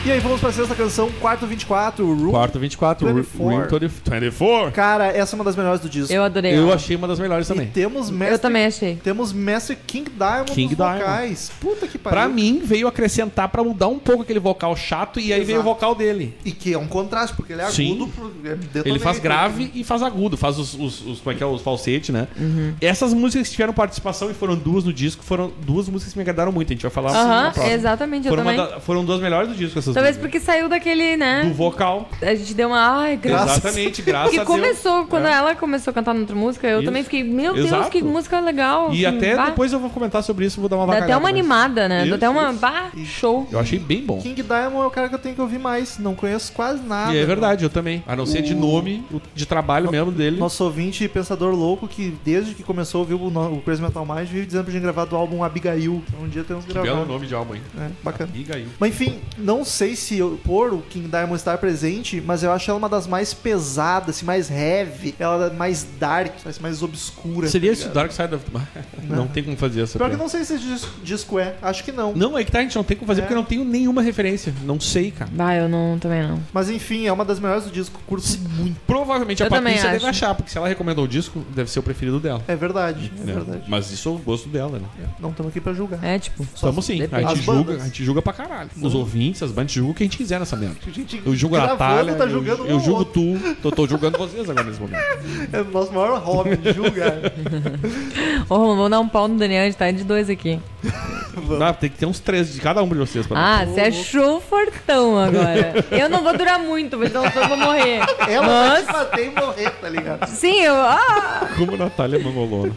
E aí, vamos pra sexta canção, quarto 24, Room. Quarto 24, 24. Room 24. Cara, essa é uma das melhores do disco. Eu adorei. Eu ela. achei uma das melhores E também. temos mestre, Eu também achei. Temos mestre King Diamond King nos vocais. Puta que pariu. Pra mim, veio acrescentar pra mudar um pouco aquele vocal chato e aí veio o Exato. vocal dele. E que é um contraste, porque ele é Sim. agudo. pro- é detonator. Ele faz grave e faz agudo, faz os, os, os- como é que é, os falsete, né? Uhum. Essas músicas que tiveram participação e foram duas no disco, foram duas músicas que me agradaram muito, a gente vai falar assim na Aham, próxima. exatamente, eu Foram, uma também. da- foram duas melhores do disco essas Talvez duas. porque saiu daquele, né? Do vocal. A gente deu uma. Ai, graças. Exatamente, graças Porque a Deus. começou, quando É. ela começou a cantar noutra música, eu Isso. também fiquei, meu Deus, Exato. que música legal. E assim, até bah. depois eu vou comentar sobre isso, vou dar uma Dá até vacagada, uma mas- animada, né? Isso, Dá até uma. isso. Bah, show. Eu achei bem bom. King Diamond é o cara que eu tenho que ouvir mais. Não conheço quase nada. Uh. E é verdade, eu também. A não ser de nome, o- de trabalho mesmo dele. Nosso ouvinte e pensador louco que desde que começou a ouvir o, no- o Crazy Metal Mind vive dizendo pra gente gravar do álbum Abigail. Então, um dia temos que Que belo gravar. nome de álbum, hein? É, bacana. Liga aí. Mas enfim, não sei se eu por o King Diamond estar presente, mas eu acho ela uma das mais pesadas, assim, mais heavy, ela é mais dark, parece mais obscura. Seria tá esse ligado? Dark Side of... Não tem como fazer essa Pior que eu piada. não sei se esse dis- disco é, acho que não. Não, é que tá, a gente não tem como fazer É. porque eu não tenho nenhuma referência. Não sei, cara. Bah, eu não, também não. Mas enfim, é uma das melhores do disco, curto muito. Provavelmente a Eu também Patrícia deve acho. achar, porque se ela recomendou o disco, deve ser o preferido dela. É verdade, é, né? verdade. Mas isso é o gosto dela, né? Não estamos aqui pra julgar. É, tipo. Só Estamos sim. depende. A gente, As julga, bandas. a gente julga pra caralho. Os ouvintes, as bandas julgam o que a gente quiser nessa merda. A gente Eu julgo a gravando, Natália, tá eu- julgando eu, um ao julgo outro. tu, eu tô julgando vocês agora nesse momento. É o nosso maior hobby, julgar. Ô, Romulo, vamos dar um pau no Daniel, a gente tá de dois aqui. Ah, tem que ter uns três de cada um de vocês pra Ah, você achou fortão agora. Eu não vou durar muito, mas então eu vou morrer. Ela vai Mas, te bater e morrer, tá ligado? sim, eu. Ah! Como Natália é Mangolona.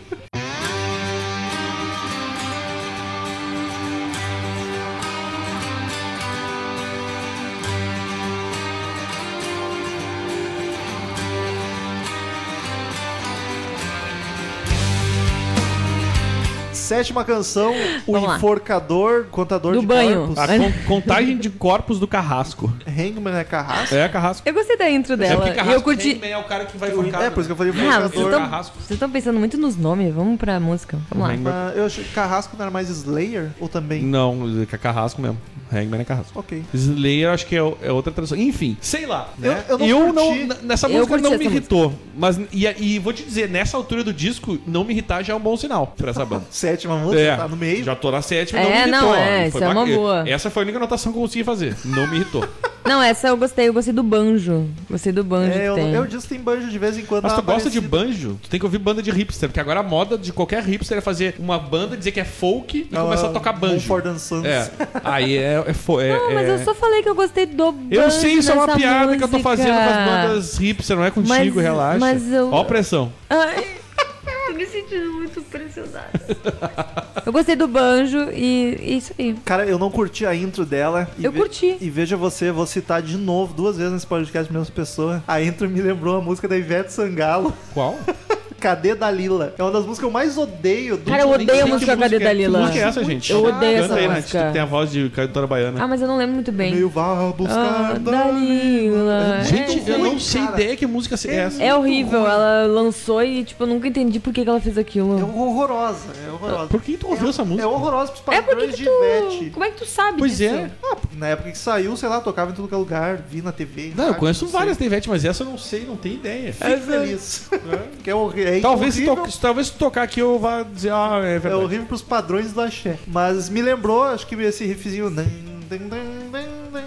Sétima canção, O Vamos lá. Enforcador, Contador Do de banho. Corpos. A con- contagem de corpos do Carrasco. Hangman é carrasco. É, Carrasco. Eu gostei da intro dela. E eu curti. É o cara que vai É, por isso que eu falei Ah, vocês enforcador. tão- Carrasco. vocês estão pensando muito nos nomes. Vamos pra música. Vamos lá. Uhum. Ah, eu achei que Carrasco não era mais Slayer? Ou também? Não, é Carrasco mesmo. Hangman é Carrasco. Ok. Slayer acho que é, o- é outra tradução. Enfim, sei lá. né? Eu- eu não curti. n- Nessa Eu música curti não essa me irritou. Mas, e, e vou te dizer, nessa altura do disco, não me irritar já é um bom sinal pra essa banda. Sétima música, É, tá no meio. Já tô na sétima e É, não me irritou. não, é, Foi isso é uma bacana. boa. Essa foi a única anotação que eu consegui fazer. Não me irritou. Não, essa eu gostei. Eu gostei do banjo. Gostei do banjo É, que eu, tem. eu disse que tem banjo de vez em quando. Mas tá tu gosta de aparecido. banjo? Tu tem que ouvir banda de hipster, porque agora a moda de qualquer hipster é fazer uma banda, dizer que é folk e começar a Ah, tocar banjo. Mumford and Sons. É. Aí é, é, fo- é- Não, mas é- eu só falei que eu gostei do banjo Eu sei, isso é uma nessa piada que eu tô música. fazendo com as bandas hipster, não é contigo, Mas- relaxa. mas eu- Ó a pressão. Ai, tô me sentindo muito pressionada. Eu gostei do banjo e e isso aí. Cara, eu não curti a intro dela. E Eu ve- curti. E veja você, vou citar de novo, duas vezes nesse podcast, mesma pessoa. A intro me lembrou a música da Ivete Sangalo, Qual? Cadê Dalila? É uma das músicas que eu mais odeio do Cara, eu odeio a Que música música Cadê é- Dalila. Que música é essa, gente? Eu odeio essa Canta aí, música. Nath, tu tem a voz de cantora baiana. Ah, mas eu não lembro muito bem. Meio vá Ah, buscar Dalila. Dalila. É, Gente, eu não sei cara. ideia que música é essa. Ah, É horrível, ela lançou e, tipo, eu nunca entendi por que, que ela fez É um aquilo. horrorosa, é horrorosa. Por que tu ouviu essa É música? horrorosa pros É porque padrões que de tu... Ivete. Como é que tu sabe Pois disso? é. Ah, Na época que saiu, sei lá, tocava em todo qualquer lugar, vi na TV. Não, eu rádio, conheço sei. várias da Ivete, mas essa eu não sei, não tenho É ideia. né? Fique feliz. que é horrível. Talvez se, horrível. to- se- talvez se tocar aqui eu vá dizer, ah, é É verdade. horrível pros padrões do axé. Mas me lembrou, acho que esse riffzinho. dan, dan, dan, dan, dan,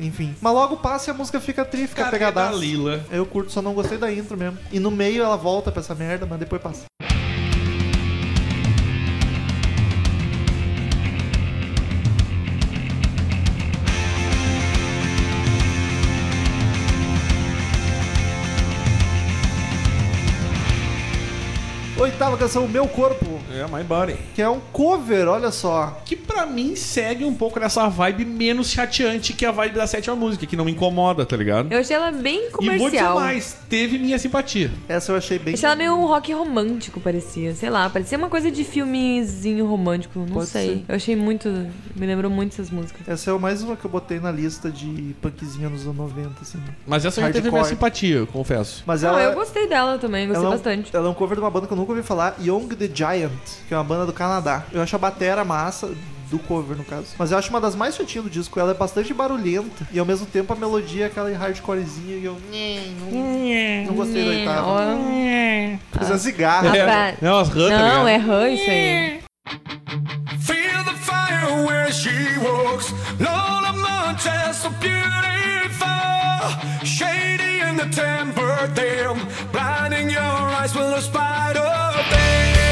Enfim. Mas logo passa e a música fica tri, fica Cadê pegadaça. Dalila. Eu curto, só não gostei da intro mesmo. E no meio ela volta pra essa merda, mas depois passa. Oitava canção, Meu Corpo, É, My Body. que é um cover, olha só. Que pra mim segue um pouco nessa vibe menos chateante que a vibe da sétima música, que não me incomoda, tá ligado? Eu achei ela bem E vou dizer comercial. mais, teve minha simpatia. Essa eu achei bem. Achei ela meio um rock romântico, parecia. Sei lá, parecia uma coisa de filmezinho romântico, não Pode sei. ser. Eu achei muito. Me lembrou muito essas músicas. Essa é mais uma que eu botei na lista de punkzinha nos anos 90, assim. Mas essa não teve Hardcore. minha simpatia, eu confesso. Mas Não, ela. é eu gostei dela também, gostei ela, é um- bastante. ela é um cover de uma banda que eu nunca ouvi falar, Young the Giant, que é uma banda do Canadá. Eu acho a batera massa, do cover no caso. Mas eu acho uma das mais chatinhas do disco. Ela é bastante barulhenta e ao mesmo tempo a melodia é aquela hardcorezinha e eu. Não, não gostei da oitava. Ó, Precisa cigarra. Ah, É, pra- não, as rãs, tá Não, ligado? é rã isso aí. Feel the fire where she walks. Lola Montez, so beautiful. Shady in the temper, damn. Blinding your eyes with a spider dance.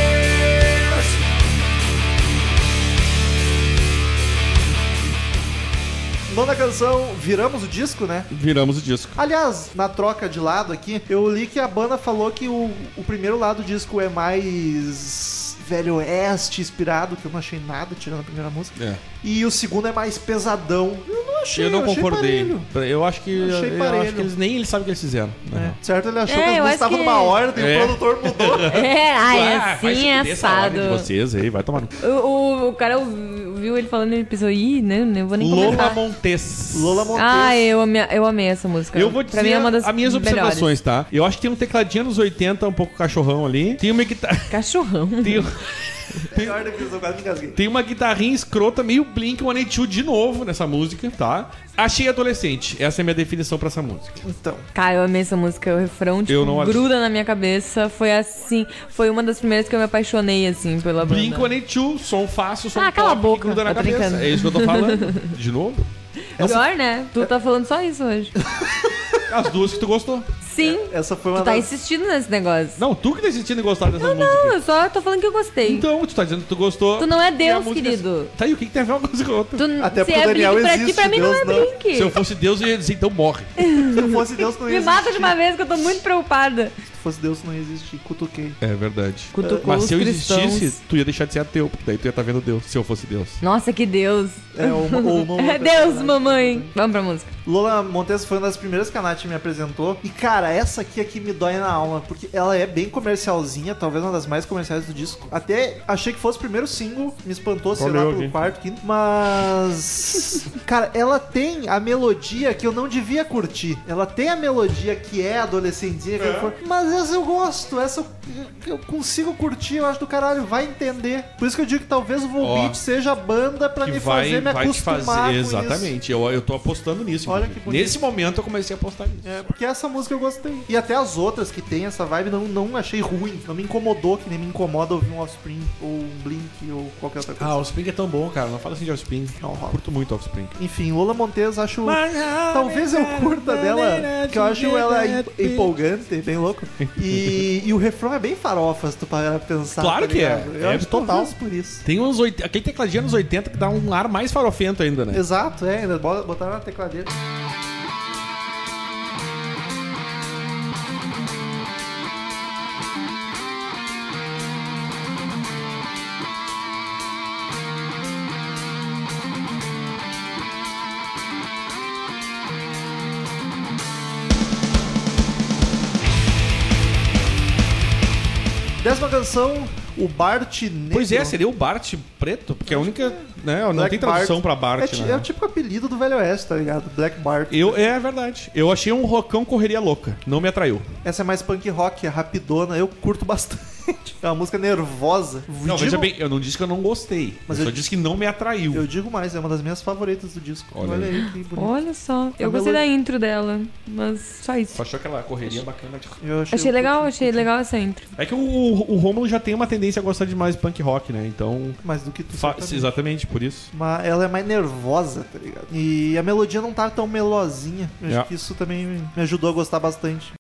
Nona canção, viramos o disco, né? Viramos o disco. Aliás, na troca de lado aqui, eu li que a banda falou que o, o primeiro lado do disco é mais velho oeste inspirado, que eu não achei nada tirando a primeira música. É. E o segundo é mais pesadão. Eu não achei, eu não achei concordei. parelho. eu acho que. Achei Eu acho parelho. que eles nem eles sabem o que eles fizeram. né? É. Certo, ele achou É, que as eu músicas acho estavam que- numa ordem, É. o produtor mudou. É, ai, Ah, vai se assim é fuder essa ordem assado. de vocês aí, vai tomar no. O, o, o cara viu ele falando e pensou, ih, né? Eu vou nem Lola comentar. Montes. Lola Montes. Ah, eu amei, eu amei essa música. Eu vou pra dizer mim é uma das as minhas melhores. observações, tá? Eu acho que tem um tecladinho nos 80, um pouco cachorrão ali. Tem uma guitarra. Cachorrão. Tem, um- Pior divisão, quase me engasguei. tem uma guitarrinha escrota, meio Blink One de novo nessa música, tá? Achei adolescente. Essa é a minha definição pra essa música. Então, Cara, eu amei essa música. O refrão, tipo, Eu não acho. gruda na minha cabeça. Foi assim. Foi uma das primeiras que eu me apaixonei, assim, pela banda. Blink One som fácil, som Ah, cala pop, a boca, que gruda na tá cabeça. brincando. É isso que eu tô falando. De novo? Pior, né? Tu tá falando só isso hoje. As duas que tu gostou. Sim. essa foi uma Tu tá das... insistindo nesse negócio. Não, tu que tá insistindo em gostar dessa música. Não, eu só tô falando que eu gostei. Então, tu tá dizendo que tu gostou. Tu não é e a Deus, música- querido. Tá, e o que, que tem a ver uma coisa com a outra? Tu, Até se porque é o Daniel Blink pra ti, existe, pra mim não é Deus né? não. Blink. Se eu fosse Deus, eu ia dizer, então morre. Se não fosse Deus, não ia Me existir. mata de uma vez que eu tô muito preocupada. Se fosse Deus, não ia existir. Cutuquei. É verdade. Cutucou Mas se eu os existisse, cristãos. tu ia deixar de ser ateu, porque daí tu ia estar vendo Deus, se eu fosse Deus. Nossa, que Deus. É, ou uma- ou uma outra É Deus, personagem. mamãe. Vamos pra música. Lola Montes foi uma das primeiras que a Nath me apresentou. E, cara, essa aqui é que me dói na alma, porque ela é bem comercialzinha, talvez uma das mais comerciais do disco. Até achei que fosse o primeiro single, me espantou, sei lá, Olhou pelo aqui. quarto, quinto. Mas. cara, ela tem a melodia que eu não devia curtir. Ela tem a melodia que é adolescentinha, que eu for- mas essa eu gosto, essa eu, eu consigo curtir, eu acho do caralho, vai entender. Por isso que eu digo que talvez o Volbeat Ó, seja a banda pra que me vai, fazer me vai te acostumar fazer. com isso. Exatamente. Eu, eu tô apostando nisso. Olha inclusive. que bonito. Nesse momento eu comecei a apostar nisso. É, porque essa música eu gostei. E até as outras que tem essa vibe não, não achei ruim. Não me incomodou, que nem me incomoda ouvir um Offspring ou um Blink ou qualquer outra coisa. Ah, Offspring é tão bom, cara. Não fala assim de Offspring. Não, eu curto muito Offspring. Enfim, Lola Montes acho. Talvez eu curta dela, que eu acho ela em- empolgante, bem louco. E, e o refrão é bem farofa, se tu parar pra pensar. Claro tá que é. ligado? Eu É acho que total. talvez por isso. Tem uns oit... Aquele tecladinho anos 80 que dá um ar mais farofento ainda, né? Exato, é, ainda bota- botaram na tecladeira. Décima canção, o Bart Negro. Pois é, seria o Bart preto, porque é a única. Né, não Black tem tradução pra é, Bart, ti- né? é o tipo apelido do Velho Oeste, tá ligado? Black Bart. Eu, é verdade. Eu achei um rocão correria louca. Não me atraiu. Essa é mais punk rock, é rapidona, eu curto bastante. É uma música nervosa. Não, Digo- veja bem, eu não disse que eu não gostei. Mas eu só eu- disse que não me atraiu. Eu digo mais, é uma das minhas favoritas do disco. Olha Olha, aí. que bonito. Olha só. Eu A gostei da melodia- intro dela, mas só isso. Só achou aquela correria bacana. Eu achei, Achei um legal, pouquinho- achei legal essa intro. É que o, o Romulo já tem uma tendência a gostar de mais punk rock, né? Então. Mais do que tu fa- certamente. Exatamente, por isso. Mas ela é mais nervosa, tá ligado? E a melodia não tá tão melosinha. Eu Yeah. acho que isso também me ajudou a gostar bastante.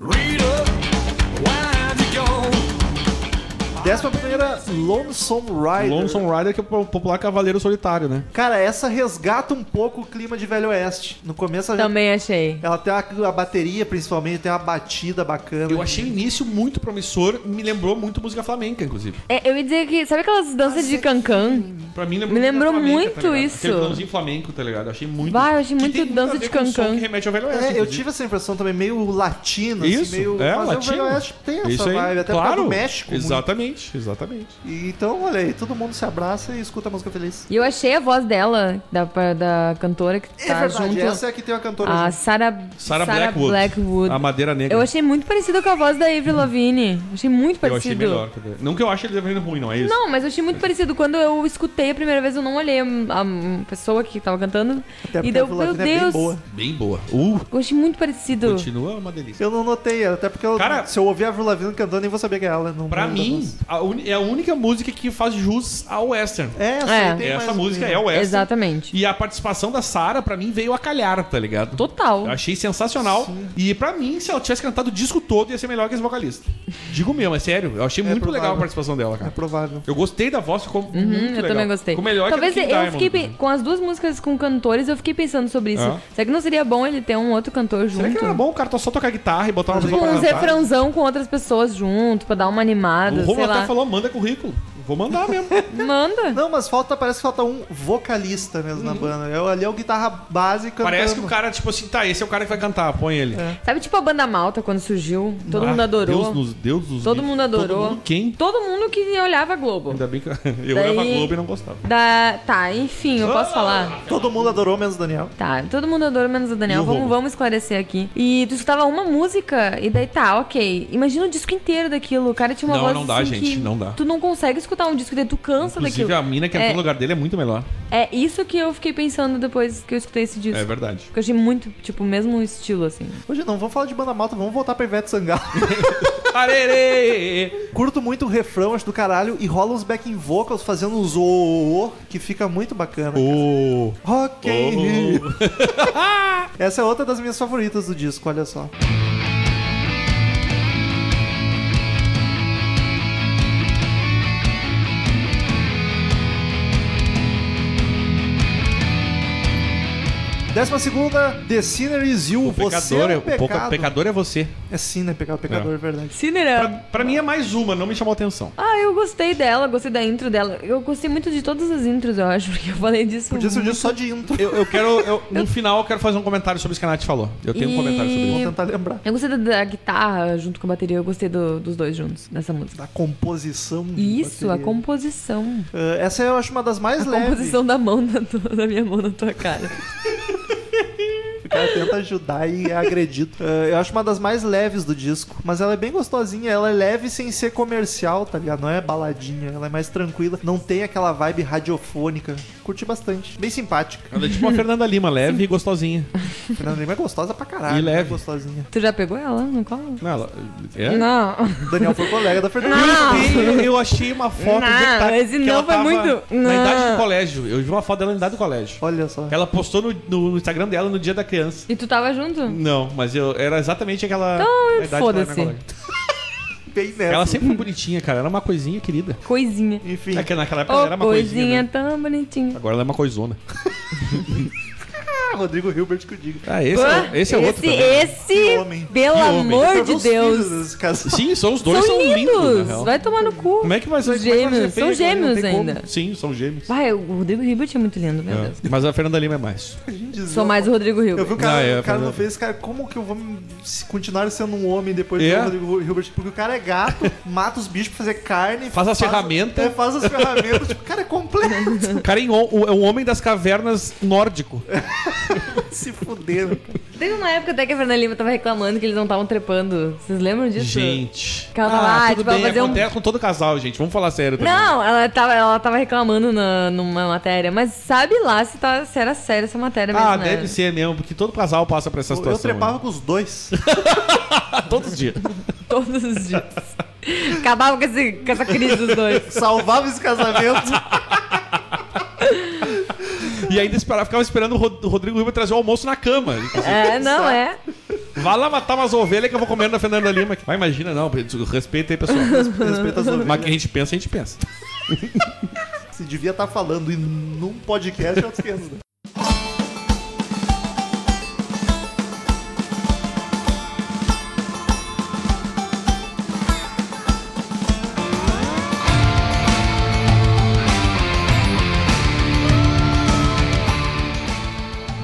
Rita, where have you gone? Décima primeira, Lonesome Rider. Lonesome Rider que é o popular Cavaleiro Solitário, né? Cara, essa resgata um pouco o clima de Velho Oeste. No começo ela, Também achei. ela tem a, a bateria, principalmente, tem uma batida bacana. Eu achei o início muito promissor, me lembrou muito música flamenca, inclusive. É, eu ia dizer que. Sabe aquelas danças de cancan? Pra mim lembrou Me lembrou música muito flamenca, tá ligado? isso. Aquele violãozinho flamenco, tá ligado? Eu achei muito. Vai, eu achei Que muito tem a dança ver de com o som cancan. Que remete ao Velho Oeste. É, eu inclusive. tive essa impressão também, meio latina, Isso, assim, meio. é, mas latino. o Velho Oeste tem essa Isso aí, vibe, até por claro. causa do México. muito. Exatamente, exatamente. E então, olha aí, todo mundo se abraça e escuta a música feliz. E eu achei a voz dela, da, pa- da cantora que É tá verdade, junto. essa é a que tem a cantora. A junto. Sarah, Sarah Sarah Blackwood. Blackwood. A Madeira Negra. Eu achei muito parecido com a voz da Avril Lavigne. Achei muito Eu parecido. achei melhor. cadê? Não que eu ache ele devendo ruim, não é isso? Não, mas eu achei muito parecido. Quando eu escutei a primeira vez, eu não olhei a, a pessoa que tava cantando. Até porque e deu, a Avril meu Lavigne é bem Deus. boa. Bem boa. Uh, eu achei muito parecido. continua uma delícia. Eu não notei, até porque eu- Cara- se eu ouvir a Avril Lavigne cantando, nem vou saber que é ela. Não Pra não mim, dança. a uni- é a única música que faz jus ao western. É, essa, É. aí tem mais Essa um música é clima. o western. Exatamente. E a participação da Sarah, pra mim, veio a calhar, tá ligado? Total. Eu achei sensacional. E pra mim, se ela tivesse cantado o disco todo, ia ser melhor que esse vocalista. Digo mesmo, é sério. Eu achei muito provável. legal a participação dela, É cara. provável. Eu gostei da voz, ficou Uhum, muito eu legal. também gostei. Ficou melhor Talvez que a do King eu Diamond, fiquei né? pe- inclusive. com as duas músicas com cantores, eu fiquei pensando sobre isso. É. Será que não seria bom ele ter um outro cantor junto? Será que é não era bom o cara só tocar guitarra e botar uma Tipo, pessoa Tipo, pra um cantar? refrãozão com outras pessoas junto, pra dar uma animada, O sei Romulo lá. até falou, é manda currículo. Vou mandar mesmo. Manda. Não, mas falta, parece que falta um vocalista mesmo na banda. Eu, ali é o guitarra básica. Uhum. Parece que o cara, tipo assim, tá, esse é o cara que vai cantar, põe ele. É. Sabe tipo a banda malta quando surgiu? Todo Ah, mundo adorou. Deus nos, Deus nos Todo livre. mundo adorou. Todo mundo quem? Todo mundo que olhava a Globo. Ainda bem que eu Daí- olhava a Globo e não gostava. Da... Tá, enfim, eu Ah! posso falar? Todo mundo adorou, menos o Daniel. Tá, todo mundo adora, menos o E Daniel. o vamos, Romulo? vamos esclarecer aqui. E tu escutava uma música, e daí tá, ok. Imagina o disco inteiro daquilo. O cara tinha uma Não, voz não dá, assim gente, que não dá. Tu não consegue escutar um disco inteiro, tu cansa Inclusive, a daquilo. mina que É. entrou no lugar dele é muito melhor. É isso que eu fiquei pensando depois que eu escutei esse disco. É verdade. Porque eu achei muito, tipo, o mesmo estilo, assim. Hoje não, vamos falar de banda malta, vamos voltar pra Ivete Sangalo. Arerê! Curto muito o refrão, acho do caralho, e rola uns backing vocals fazendo os o que fica muito bacana. Ô, Rock in ô. Rio. Essa é outra das minhas favoritas do disco, olha só. Décima segunda, The Sinner is You. O Você pecador, é é, um o poca- pecado. pecador é você. É sim, né? Pecado, pecador, é. verdade. Pra, Cinera. pra mim é mais uma, não me chamou atenção. Ah, eu gostei dela, gostei da intro dela. Eu gostei muito de todas as intros, eu acho, porque eu falei disso. Podia ser um dia só de intro. Eu, eu quero. eu- no final eu quero fazer um comentário sobre isso que a Nath falou. Eu tenho um E- comentário sobre isso. Vou tentar lembrar. Eu gostei da, da guitarra junto com a bateria, eu gostei do- dos dois juntos nessa música. Da composição. de Isso, a bateria. composição. Ah, essa eu acho uma das mais A leves. composição da mão na, tua- da minha mão na tua cara. O cara tenta ajudar e é agredido. Ah, eu acho uma das mais leves do disco. Mas ela é bem gostosinha. Ela é leve sem ser comercial, tá ligado? Não é baladinha. Ela é mais tranquila. Não tem aquela vibe radiofônica. Curti bastante. Bem simpática. Ela é tipo uma Fernanda Lima, leve e gostosinha. A Fernanda Lima é gostosa pra caralho. E leve. É gostosinha. Tu já pegou ela no colo? Não, ela. É? Não. O Daniel foi colega da Fernanda. Eu, eu achei uma foto. Não, de que tá- esse que não ela foi tava muito- Na Não. idade do colégio. Eu vi uma foto dela na idade do colégio. Olha só. Ela postou no, no- no Instagram dela no dia da criança. E tu tava junto? Não, mas eu era exatamente aquela. Então, a idade que ela era na foda-se. colégio. Bem nessa. Ela sempre foi bonitinha, cara. Era uma coisinha querida. Coisinha. Enfim. É que naquela época ela era Ô, uma coisinha. coisinha né? tão bonitinha. Agora ela é uma coisona. Ah, Rodrigo Hilbert que eu digo. Ah, esse, Pã, é, esse é outro. Esse, também. Que esse, homem. pelo Que homem. Tá amor Foram de os Deus. filhos desse casal. Sim, são os dois, são lindos. na real. é- Vai tomar no cu. Como é que vai São como é que vai gêmeos, feio são quando não gêmeos tem como? ainda. Sim, são gêmeos. Vai, o Rodrigo Hilbert é muito lindo, meu É. Deus. Mas a Fernanda Lima é mais. Sou mais o Rodrigo Eu vi Hilbert. o cara, Ah, é, o cara não Fernando. fez, cara, como que eu vou me- se continuar sendo um homem depois É. do Rodrigo Hilbert? Porque o cara é gato, mata os bichos pra fazer carne. Faz as ferramentas. é, faz as ferramentas. tipo, o cara é completo. O cara é um é um homem das cavernas nórdico. se fuderam. Teve uma época até que a Fernanda Lima tava reclamando que eles não estavam trepando. Vocês lembram disso? Gente. Ah, Calma lá, tudo tipo, ela bem, fazer um- acontece com todo casal, gente. Vamos falar sério também. Não, ela tava, ela tava reclamando na- numa matéria, mas sabe lá se, tá, se era séria essa matéria mesmo. Ah, né? deve ser mesmo, porque todo casal passa por essa Eu situação. trepava né? com os dois. Ah, todos os dias. Todos os dias. Acabava com, esse- com essa crise dos dois. Salvava esse casamento. E ainda esperava, ficava esperando o Rod- o Rodrigo Ribeiro trazer o almoço na cama. É, não é. Vá lá matar umas ovelhas que eu vou comer na Fernanda Lima. Ah, imagina, não. Respeita aí, pessoal. Respeita as Mas que a ovelhas. gente pensa, a gente pensa. Se devia estar falando e num podcast, eu esqueço. né?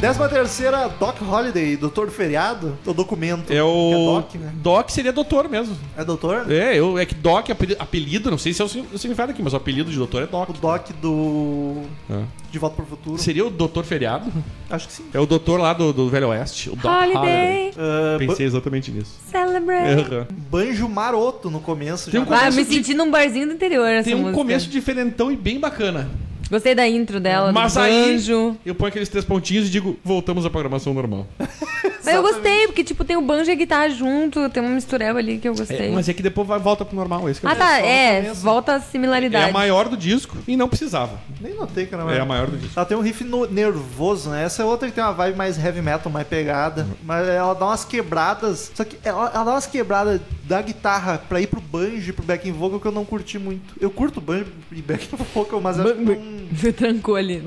Décima terceira, Doc Holiday, Doutor Feriado, o documento. É o. Que é Doc, né? Doc seria doutor mesmo. É doutor? É, eu, é que Doc, apeli- apelido, não sei se é o sin- o significado aqui, mas o apelido de doutor é Doc. O Doc do É. De Volta pro Futuro. Seria o doutor feriado? Acho que sim. É o doutor lá do, do Velho Oeste. O Doc um Halliday. Holiday, Ah, ba- Pensei exatamente nisso. celebrate. Aham. banjo maroto no começo. Tem já um dá- Vai, eu começo me de- senti num barzinho do interior essa Tem um música. começo diferentão e bem bacana. Gostei da intro dela, Mas do aí banjo. eu ponho aqueles três pontinhos e digo, voltamos à programação normal. Mas eu gostei, porque, tipo, tem o banjo e a guitarra junto, tem uma mistureba ali que eu gostei. É, mas é que depois vai, volta pro normal. Esse que eu Ah, tá, só no é, começo. volta a É similaridade. a maior do disco e não precisava. Nem notei que era É a maroto. maior do disco. Ela tem um riff no- nervoso, né? Essa é outra que tem uma vibe mais heavy metal, mais pegada. Mas ela dá umas quebradas. Só que ela, ela dá umas quebradas da guitarra pra ir pro banjo, e pro backing vocal, que eu não curti muito. Eu curto banjo e backing vocal, mas eu acho que não... Trancou ali.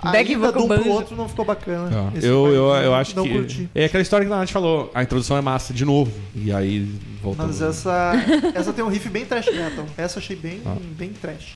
a Back ida de vocal um pro banjo. outro não ficou bacana. É. Esse Eu, foi- um eu, eu acho não que. curti. É aquela história que a Nath falou. A introdução é massa de novo. E aí voltou. Mas essa, essa tem um riff bem trash metal. Essa eu achei bem, Tá. bem trash.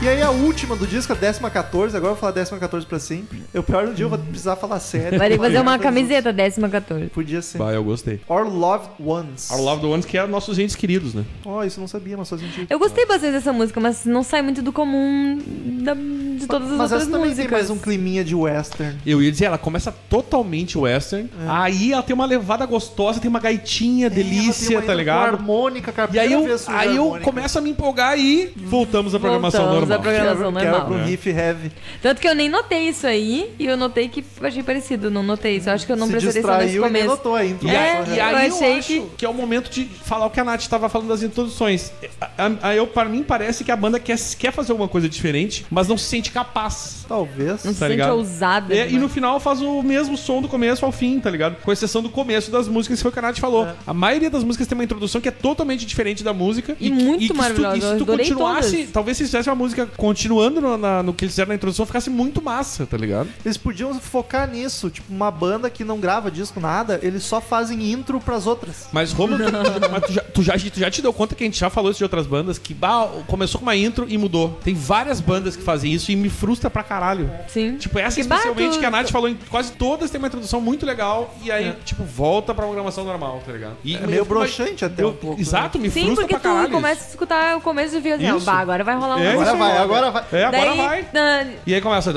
E aí a última do disco, a décima 14, agora eu vou falar décima 14 pra sempre. Eu pior um dia eu vou precisar falar sério. Vai ter que fazer uma Podia- camiseta, décima 14. Podia ser. Bah, eu gostei. Or Loved Ones. Our Love the Ones, que é nossos entes queridos, né? Oh, isso eu não sabia, mas só senti. Eu gostei bastante dessa música, mas não sai muito do comum da, de todas as Mas outras essa também músicas. tem mais um climinha de western. Eu ia dizer, ela começa totalmente western, aí ela tem uma levada gostosa, tem uma gaitinha, delícia, É. Ela tem uma tá ainda Com ligado? harmônica, cara. E aí eu, primeira vez surgiu aí eu harmônica. começo a me empolgar e voltamos Voltamos à à programação normal. programação Quebra- normal. Quebra um É. riff heavy. Tanto que eu nem notei isso aí, e eu notei que eu achei parecido, não notei isso. Eu acho que eu não Se prestei atenção nesse distraiu e nem começo. notou ainda. E, É, aí- e aí eu, eu achei acho que... que- é o momento de falar o que a Nath estava falando das introduções. A- a- a- eu, para mim parece que a banda quer, quer fazer alguma coisa diferente, mas não se sente capaz. Talvez. Não se Tá sente ligado? ousada. né? É, e no demais. final faz o mesmo som do começo ao fim, tá ligado? Com exceção do começo das músicas, que foi o que a Nath falou. É. A maioria das músicas tem uma introdução que é totalmente diferente da música. E muito que se tu- maravilhosa, E se eu tu adorei continuasse, todas. talvez se fizesse uma música continuando no, na- no que eles fizeram na introdução, ficasse muito massa, tá ligado? Eles podiam focar nisso. Tipo, uma banda que não grava disco, nada, eles só fazem intro pras outras. Mas, Romulo, tu, mas tu já, tu já- tu já te deu conta que a gente já falou isso de outras bandas, que bah, começou com uma intro e mudou. Tem várias bandas que fazem isso e me frustra pra caralho. Sim. Tipo, essa Que especialmente bato- que a Nath falou, em quase todas tem uma introdução muito legal e aí, tipo, volta pra programação normal, tá ligado? E É meio eu- broxante até um pouco, né? Exato, me Sim, frustra porque pra caralho. tu começa a escutar o começo e fica assim, Isso. ah, bah, agora vai rolar um É negócio. Agora isso vai, aí. agora vai. isso. É, agora Daí, Tá vai. na- E aí começa...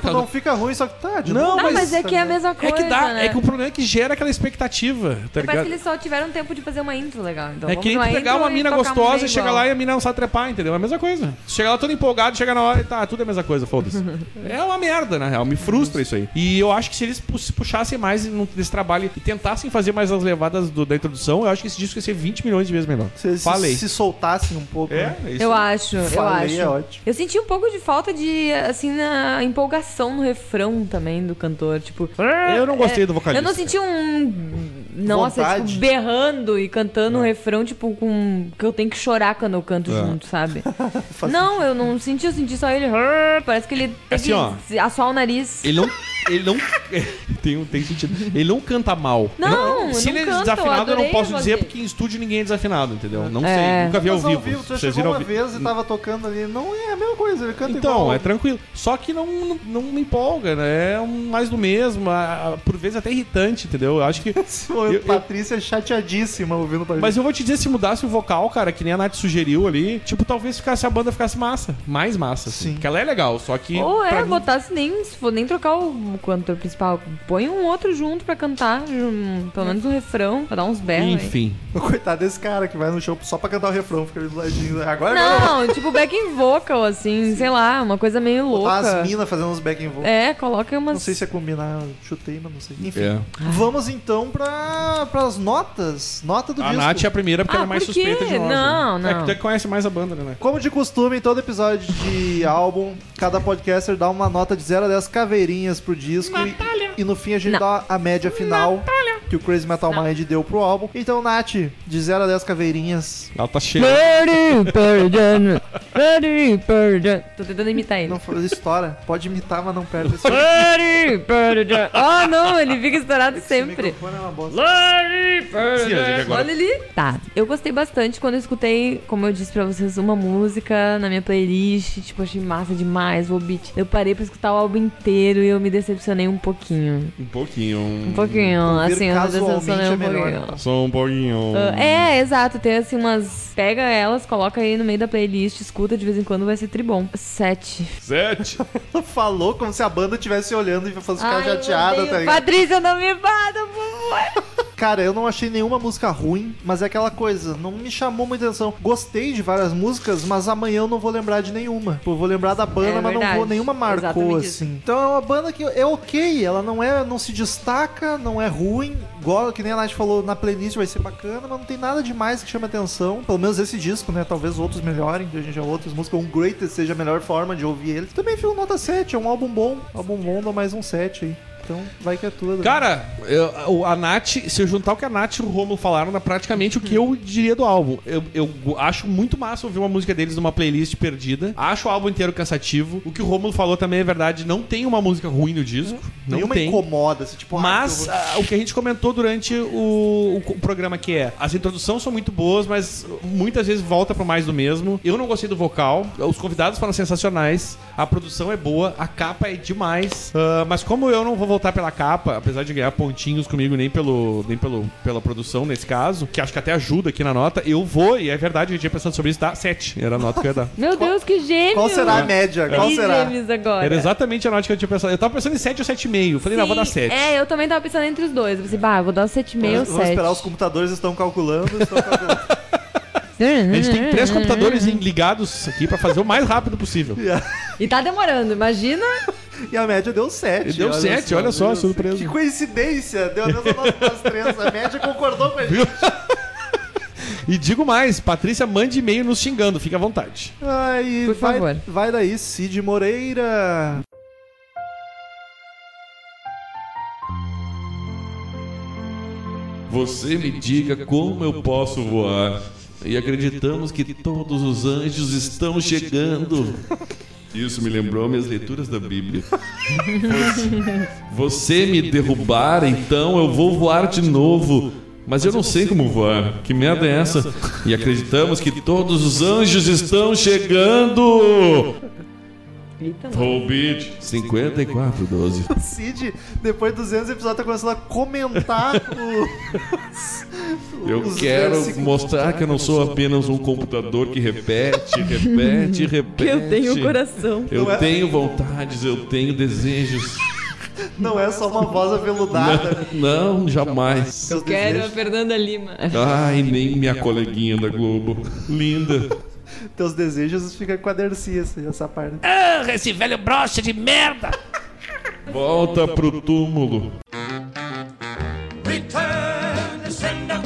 Tipo, não fica ruim, só que tá. De Tá Não, novo Não, mas, isso, é que é a né? mesma É coisa, que dá, né? é que o problema é que gera aquela expectativa, tá Parece ligado? que eles só tiveram tempo de fazer uma intro legal. Então, É vamos que nem numa tu pegar intro uma mina tocar gostosa e igual. chega lá e a mina não sabe trepar, entendeu? É a mesma coisa. Chega lá todo empolgado, chega na hora e tá, tudo é a mesma coisa, foda-se. é uma merda, na real. Me frustra isso aí. E eu acho que se eles pu- se puxassem mais no- nesse trabalho e tentassem fazer mais as levadas do- da introdução, eu acho que esse disco ia ser 20 milhões de vezes melhor. Se eles Falei. se soltassem um pouco. É, né? é isso. Eu acho, eu Falei, acho. é ótimo. Eu senti um pouco de falta de, assim, na empolgação no refrão também do cantor. Tipo, Eu não gostei do vocalista. eu não senti um. Nossa, Vontade. tipo, berrando e cantando um É. refrão, tipo, com. que eu tenho que chorar quando eu canto junto, sabe? não, eu não senti, eu senti só ele. Parece que ele Assim, teve ó. que assoar o nariz. Ele não. Ele não. tem, um- tem sentido. Ele não canta mal. Não, eu Se não ele é canto, eu desafinado, eu não adorei posso a voz dizer, dele. porque em estúdio ninguém é desafinado, entendeu? Não É. sei. Nunca vi ao Mas vivo. Você Vocês chegou viram uma ao vi- Hum. vez e tava tocando ali. Não é a mesma coisa, ele canta Então, igual. é tranquilo. Só que não, não, não me empolga, né? É um mais do mesmo, a- a- por vezes até irritante, entendeu? Eu acho que. Pô, eu- Patrícia é chateadíssima ouvindo pra Mas eu vou te dizer, se mudasse o vocal, cara, que nem a Nath sugeriu ali, tipo, talvez ficasse a banda ficasse massa. Mais massa, assim. Sim. Porque ela é legal, só que. Ou é, pra mim- botasse nem. Se for nem trocar o cantor principal, põe um outro junto pra cantar, um- pelo menos um refrão, pra dar uns berros. aí. Enfim. Coitado desse cara que vai no show só pra cantar o refrão, fica ali do ladinho. Agora agora Não, tipo backing vocal, assim, sei lá, uma coisa meio botar louca. as minas fazendo uns back and vocal. É, coloca umas. Não sei se é combinar, eu chutei, mas não sei. Enfim, É. vamos então pra, pras notas. Nota do A disco. Nath é a primeira porque Ah, ela é mais por quê? suspeita de nós. Não, né? É não. que tu é que conhece mais a banda, né? Nath? Como de costume, em todo episódio de álbum, cada podcaster dá uma nota de 0 a 10 caveirinhas pro disco. e- E, no fim a gente Não. dá a média final que o Crazy Metal Mind deu pro álbum. Então, Nath, de 0 a 10 caveirinhas. Ela tá cheia. Pretty Virgin, Pretty Virgin. Tô tentando imitar ele. Não foi estoura. Pode imitar, mas não perde esse Pretty Virgin. Ah, não, ele fica estourado sempre. microfone é uma bosta. Sim, mas é que agora- Olha ali. Tá, eu gostei bastante quando eu escutei, como eu disse pra vocês, uma música na minha playlist. Tipo, achei massa demais, o beat. Eu parei pra escutar o álbum inteiro e eu me decepcionei um pouquinho. Um pouquinho. Um pouquinho, Hum, Ouvir assim, eu me casualmente decepcionei é um melhor. pouquinho. Só um pouquinho. Ah, É, exato. Tem assim umas. Pega elas, coloca aí no meio da playlist, escuta de vez em quando, vai ser tribom. Sete. Sete. Falou como se a banda estivesse olhando e fosse ficar Ai, eu chateada, odeio. tá ligado? Patrícia, não me bata, por favor. Cara, eu não achei nenhuma música ruim, mas é aquela coisa, não me chamou muita atenção. Gostei de várias músicas, mas amanhã eu não vou lembrar de nenhuma. Tipo, Eu vou lembrar da banda, É mas não verdade. vou, nenhuma marcou, Exatamente isso. assim. Então é uma banda que é ok, ela não é, não se destaca, não é ruim. Igual que nem a Nath falou, na playlist vai ser bacana, mas não tem nada demais que chame atenção. Pelo menos esse disco, né? Talvez outros melhorem, que a gente já outras músicas, um Greatest seja a melhor forma de ouvir ele. Também fica um nota 7, é um álbum bom. Álbum bom dá mais um 7 aí. Então vai que é tudo. né? Cara, eu- o- a Nath, se eu juntar o que a Nath e o Romulo falaram, é praticamente o que eu diria do álbum. Eu, eu acho muito massa ouvir uma música deles numa playlist perdida. Acho o álbum inteiro cansativo. O que o Romulo falou também é verdade. Não tem uma música ruim no disco. Não Nenhuma tem. incomoda, assim, tipo, ah, que eu Mas vou- ah, o que a gente comentou durante o, o programa que é as introduções são muito boas, mas muitas vezes volta pro mais do mesmo. Eu não gostei do vocal, os convidados foram sensacionais, a produção é boa, a capa é demais. ah, mas como eu não vou voltar pela capa, apesar de ganhar pontinhos comigo nem pelo nem pelo pela produção nesse caso, que acho que até ajuda aqui na nota, eu vou e é verdade, eu tinha pensado sobre isso, tá? 7 era a nota que eu ia dar. Meu Deus, que gêmeo! Qual será a média? Qual Três será? gêmeos agora. Era exatamente a nota que eu tinha pensado. Eu tava pensando em 7 ou 7,5. Falei, não, vou dar 7. É, eu também tava pensando entre os dois. Eu pensei, bah, eu vou dar 7,5 ou Vamos 7. esperar os computadores estão calculando, estão calculando. A gente tem É, três computadores em- ligados aqui pra fazer o mais rápido possível. E tá demorando, imagina. E a média deu 7. E deu sete, olha só, surpresa. Que coincidência, deu a mesma nota das três. A média concordou com a gente. Viu? E digo mais, Patrícia, mande e-mail nos xingando, fica à vontade. Ai, Por vai, favor. vai daí, Cid Moreira. Você me diga como eu posso voar. E acreditamos que todos os anjos estão chegando. Isso me lembrou minhas leituras da Bíblia. Você me derrubar, então eu vou voar de novo. Mas eu não sei como voar. Que merda é essa? E acreditamos que todos os anjos estão chegando. Eita, mano. Roll beat 5412. Cid, depois de 200 episódios, tá começando a comentar o... Eu os quero né? versículos. mostrar que eu não sou apenas um computador que repete, repete, repete. Eu tenho coração. é assim. Eu tenho vontades, eu tenho desejos. Não é só uma voz aveludada. né? Não, jamais. Eu Quero a Fernanda Lima. Ai, nem minha coleguinha da Globo. Linda. Teus desejos fica com a Dercy, essa, essa parte. Volta pro túmulo. Return to sender.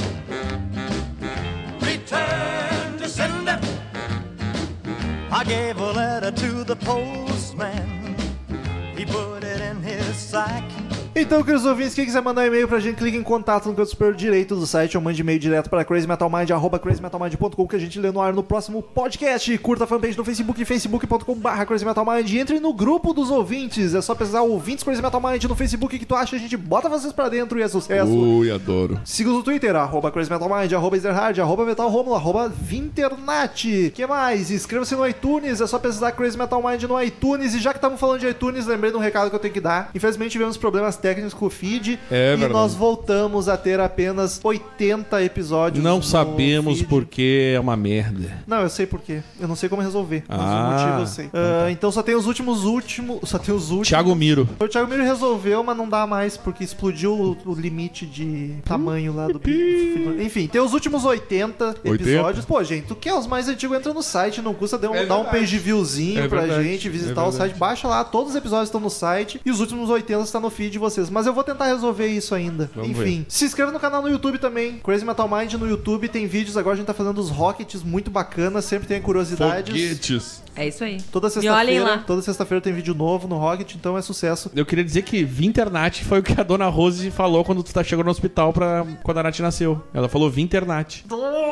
Return to sender. I gave a letter to the postman. He put it in his sack. Então, queridos ouvintes, quem quiser mandar um e-mail pra gente, clique em contato no canto superior direito do site ou mande e-mail direto pra crazymetalmind, arroba crazymetalmind.com que a gente lê no ar no próximo podcast. Curta a fanpage no Facebook, facebook.com barra crazymetalmind e entre no grupo dos ouvintes. É só pesquisar ouvintes Crazy Metal Mind no Facebook que tu acha, a gente bota vocês pra dentro e é sucesso. Ui, adoro. Siga-nos no Twitter, arroba crazymetalmind, arroba ezerhard, arroba metalromulo, arroba vinternat. que mais? Inscreva-se no iTunes, é só pesquisar Crazy Metal Mind no iTunes. E já que estamos falando de iTunes, lembrei de um recado que eu tenho que dar. Infelizmente tivemos problemas técnicos com o feed. e É verdade. nós voltamos a ter apenas 80 episódios Não no sabemos feed. porque é uma merda. Não, eu sei por quê. Eu não sei como resolver, mas Ah, o motivo eu sei. Ah, então só tem os últimos últimos... Só tem os últimos... Thiago Miro. O Thiago Miro resolveu, mas não dá mais, porque explodiu o, o limite de tamanho lá do bicho. Enfim, tem os últimos 80 episódios. Pô, gente, tu quer os mais antigos? Entra no site, não custa dar um, É dar um page viewzinho É pra verdade. gente, visitar É o verdade. site, baixa lá, todos os episódios estão no site e os últimos 80 estão no feed de vocês. Mas eu vou tentar resolver isso ainda. Vamos Enfim, se inscreva no canal no YouTube também. Crazy Metal Mind no YouTube tem vídeos, agora a gente tá fazendo os rockets muito bacanas, sempre tem curiosidades. Foguetes. É isso aí. Toda olhem lá. sexta-feira, toda sexta-feira tem vídeo novo no Rocket, então é sucesso. Eu queria dizer que Vinternat foi o que a dona Rose falou quando tu tá chegando no hospital pra quando a Nath nasceu. Ela falou Vinternat.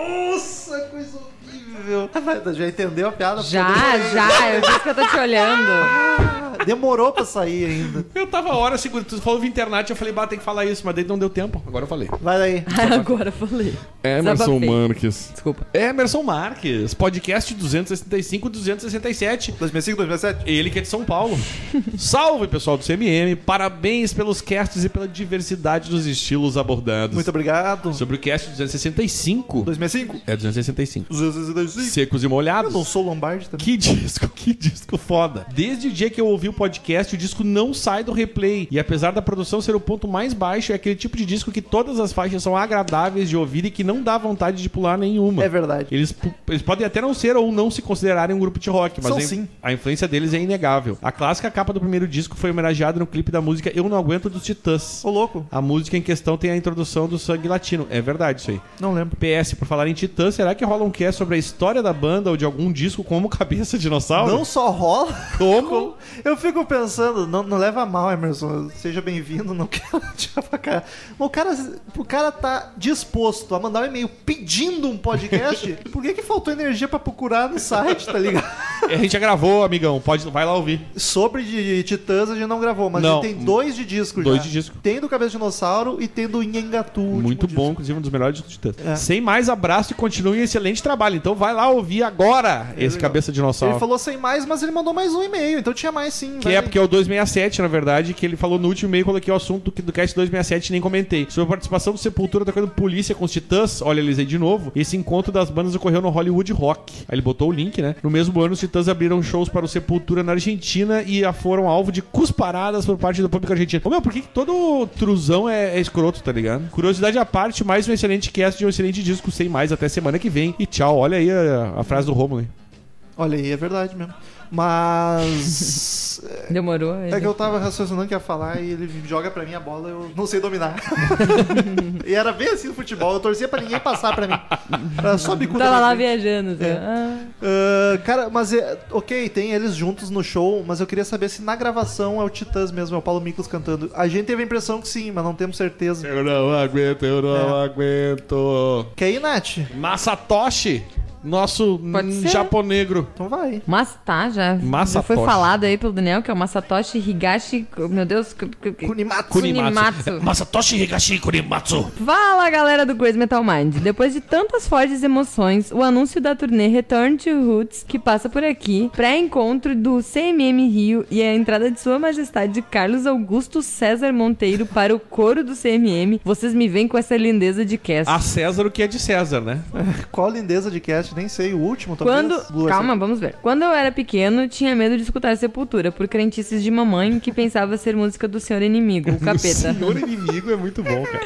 Nossa, coisa horrível. Ah, mas Já entendeu a piada? Já, já, eu disse que eu tô te olhando. já. Demorou pra sair ainda. Eu tava a hora segura, tu falou Vinternat, eu falei, bah, tem que falar isso, mas daí não deu tempo. Agora eu falei. Vai daí. Agora eu falei. Emerson Desabafei. Marques. Desculpa. Emerson Marques, podcast 265, 267. 2005, 2007. Ele que é de São Paulo. Salve, pessoal do CMM. Parabéns pelos casts e pela diversidade dos estilos abordados. Muito obrigado. Sobre o cast 265. 2005. É 265. 2005. Secos e Eu molhados. não sou Lombardi também. Que disco, que disco foda. Desde o dia que eu ouvi o podcast, o disco não sai do replay. E apesar da produção ser o ponto mais baixo, é aquele tipo de disco que todas as faixas são agradáveis de ouvir e que não dá vontade de pular nenhuma. É verdade. Eles, pu- eles podem até não ser ou não se considerarem um grupo de rock, mas São a, sim. a influência deles é inegável. A clássica capa do primeiro disco foi homenageada no clipe da música Eu Não Aguento dos Titãs. Ô, louco. A música em questão tem a introdução do sangue latino. É verdade isso aí. Não lembro. PS, por falar em Titã, será que rola um cast sobre a história da banda ou de algum disco como Cabeça de Dinossauro? Não só rola, como? eu fico pensando, não, não leva a mal, Emerson. Seja bem-vindo, não quero tirar pra cá. O cara, o cara tá disposto a mandar um e-mail pedindo um podcast. Por que, que faltou energia pra procurar no site, tá ligado? A gente já gravou, amigão. Pode, vai lá ouvir. Sobre de Titãs a gente não gravou, mas Não. a gente tem dois de disco Dois já. de disco. Tem do Cabeça de Dinossauro e tem do Nhengatu. o Muito último bom, inclusive um dos melhores discos de Titãs. É. Sem mais abraço e continue um excelente trabalho. Então vai lá ouvir agora esse legal. Cabeça de disco. Ele Dinossauro. falou sem mais, mas ele mandou mais um e-mail, então tinha mais sim. Que é porque é o 267, na verdade, que ele falou no último e-mail, coloquei o assunto do, do cast 267 e nem comentei. Sobre a participação do Sepultura tocando polícia com os Titãs, olha, eles aí de novo. Esse encontro das bandas ocorreu no Hollywood Rock. Aí ele botou o link, né? No mesmo ano, os Titãs abriram shows para o Sepultura na Argentina e a foram alvo de cusparadas por parte do público argentino. Ô meu, por que, que todo truzão é, é escroto, tá ligado? Curiosidade à parte, mais um excelente cast e um excelente disco sem mais. Até semana que vem. E tchau, olha aí a, a frase do Romulo. hein? Olha aí, é verdade mesmo. Mas. Demorou. É que eu tava raciocinando que ia falar e ele joga pra mim a bola, eu não sei dominar. e era bem assim no futebol, eu torcia pra ninguém passar pra mim. Era só bicuda. Tava na lá frente. viajando. assim, É. ah. Ah, cara, mas é, ok, tem eles juntos no show, mas eu queria saber se na gravação é o Titãs mesmo, é o Paulo Miklos cantando. A gente teve a impressão que sim, mas não temos certeza. Eu não aguento, eu não É. aguento. Quer ir, Nath? Masatoshi, nosso Pode hum, ser. japonegro. Então vai. Mas tá, já, já foi Masatoshi. falado aí pelo Daniel que é o Masatoshi Higashi. Meu Deus, cu- cu- cu- Kunimatsu. Kunimatsu. É, Masatoshi Higashi Kurimatsu. Fala galera do Crazy Metal Mind! Depois de tantas fortes emoções, o anúncio da turnê Return to Roots, que passa por aqui, pré-encontro do CMM Rio e a entrada de Sua Majestade Carlos Augusto César Monteiro para o coro do CMM, vocês me veem com essa lindeza de cast. A César o que é de César, né? Qual lindeza de cast? Nem sei, o último talvez. Quando. Blue Calma, vamos ver. Quando eu era pequeno, tinha medo de escutar Sepultura por crentices de mamãe que pensava ser música do senhor inimigo, o capeta. Senhor inimigo é muito bom, cara.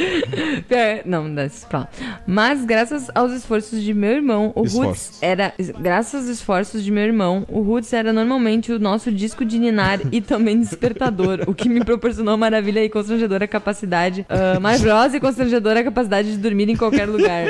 Pior- É, Não, desce pra lá. Mas graças aos esforços de meu irmão, o Esforços. Roots era. es- Graças aos esforços de meu irmão, o Roots era normalmente o nosso disco de ninar e também despertador, o que me proporcionou maravilha e constrangedora capacidade. ah, maravilhosa e constrangedora capacidade de dormir em qualquer lugar.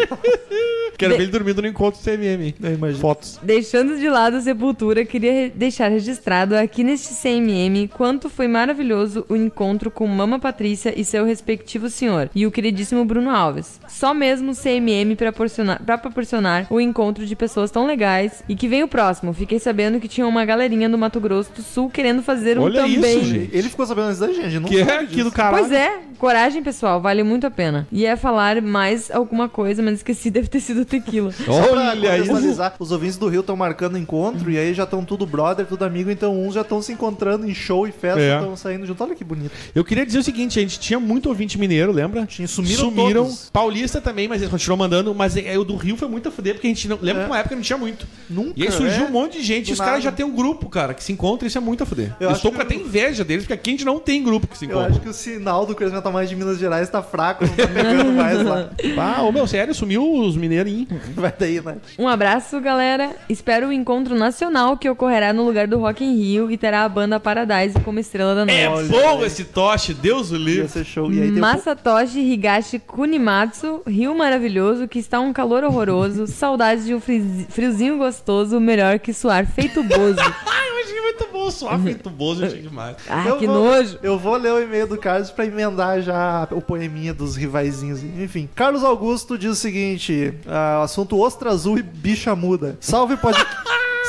Quero De- ver ele dormindo no encontro do CMM. Eu imagino. Fotos. Deixando de lado a Sepultura, queria re- deixar registrado aqui neste CMM quanto foi maravilhoso o encontro com Mama Patrícia e seu respectivo senhor, e o queridíssimo Bruno Alves. Só mesmo o CMM para proporcionar, pra proporcionar o encontro de pessoas tão legais. E que vem o próximo. Fiquei sabendo que tinha uma galerinha do Mato Grosso do Sul querendo fazer um Olha isso, também. gente. Ele ficou sabendo antes da gente, não Que é sabe disso. aquilo, caralho. Pois é, coragem pessoal, vale muito a pena. Ia falar mais alguma coisa, mas esqueci, deve ter sido tequila. Só pra Olha isso. contextualizar, Os ouvintes do Rio estão marcando encontro e aí já estão tudo brother, tudo amigo, então uns já estão se encontrando em show e festa, É. estão saindo junto. Olha que bonito. Eu queria dizer o seguinte, a gente tinha muito ouvinte mineiro, lembra? Tinha, sumiram todos. Paulista também, mas ele continuou mandando. Mas é, o do Rio foi muito a fuder, porque a gente não... Lembra É. que uma época não tinha muito. Nunca. E aí surgiu é. um monte de gente Do e os caras nada. já tem um grupo, cara, que se encontra e isso é muito a fuder. Eu Eu, acho estou que um com até inveja deles, porque aqui a gente não tem grupo que se Eu encontra. acho que o sinal do Crazy Metal Mind de Minas Gerais tá fraco, não tá pegando mais lá. Ah, ô meu, sério, sumiu os mineirinhos. Vai daí, né? Um abraço, galera. Espero o encontro nacional que ocorrerá no lugar do Rock em Rio e terá a banda Paradise como estrela da É noite. Olha bom aí. esse toche, Deus o Ia livre. ser show. E aí tem um... Masatoshi Higashi Kunimatsu, Rio Maravilhoso, que está um calor horroroso, saudades de um friz- friozinho gostoso, melhor que suar feito bozo. Eu achei muito bom, suave, muito bom, gente, demais. Ah, Eu que vou- nojo. Eu vou ler o e-mail do Carlos pra emendar já o poeminha dos rivaizinhos. Enfim, Carlos Augusto diz o seguinte: ah, assunto ostra azul e bicha muda. Salve podcast.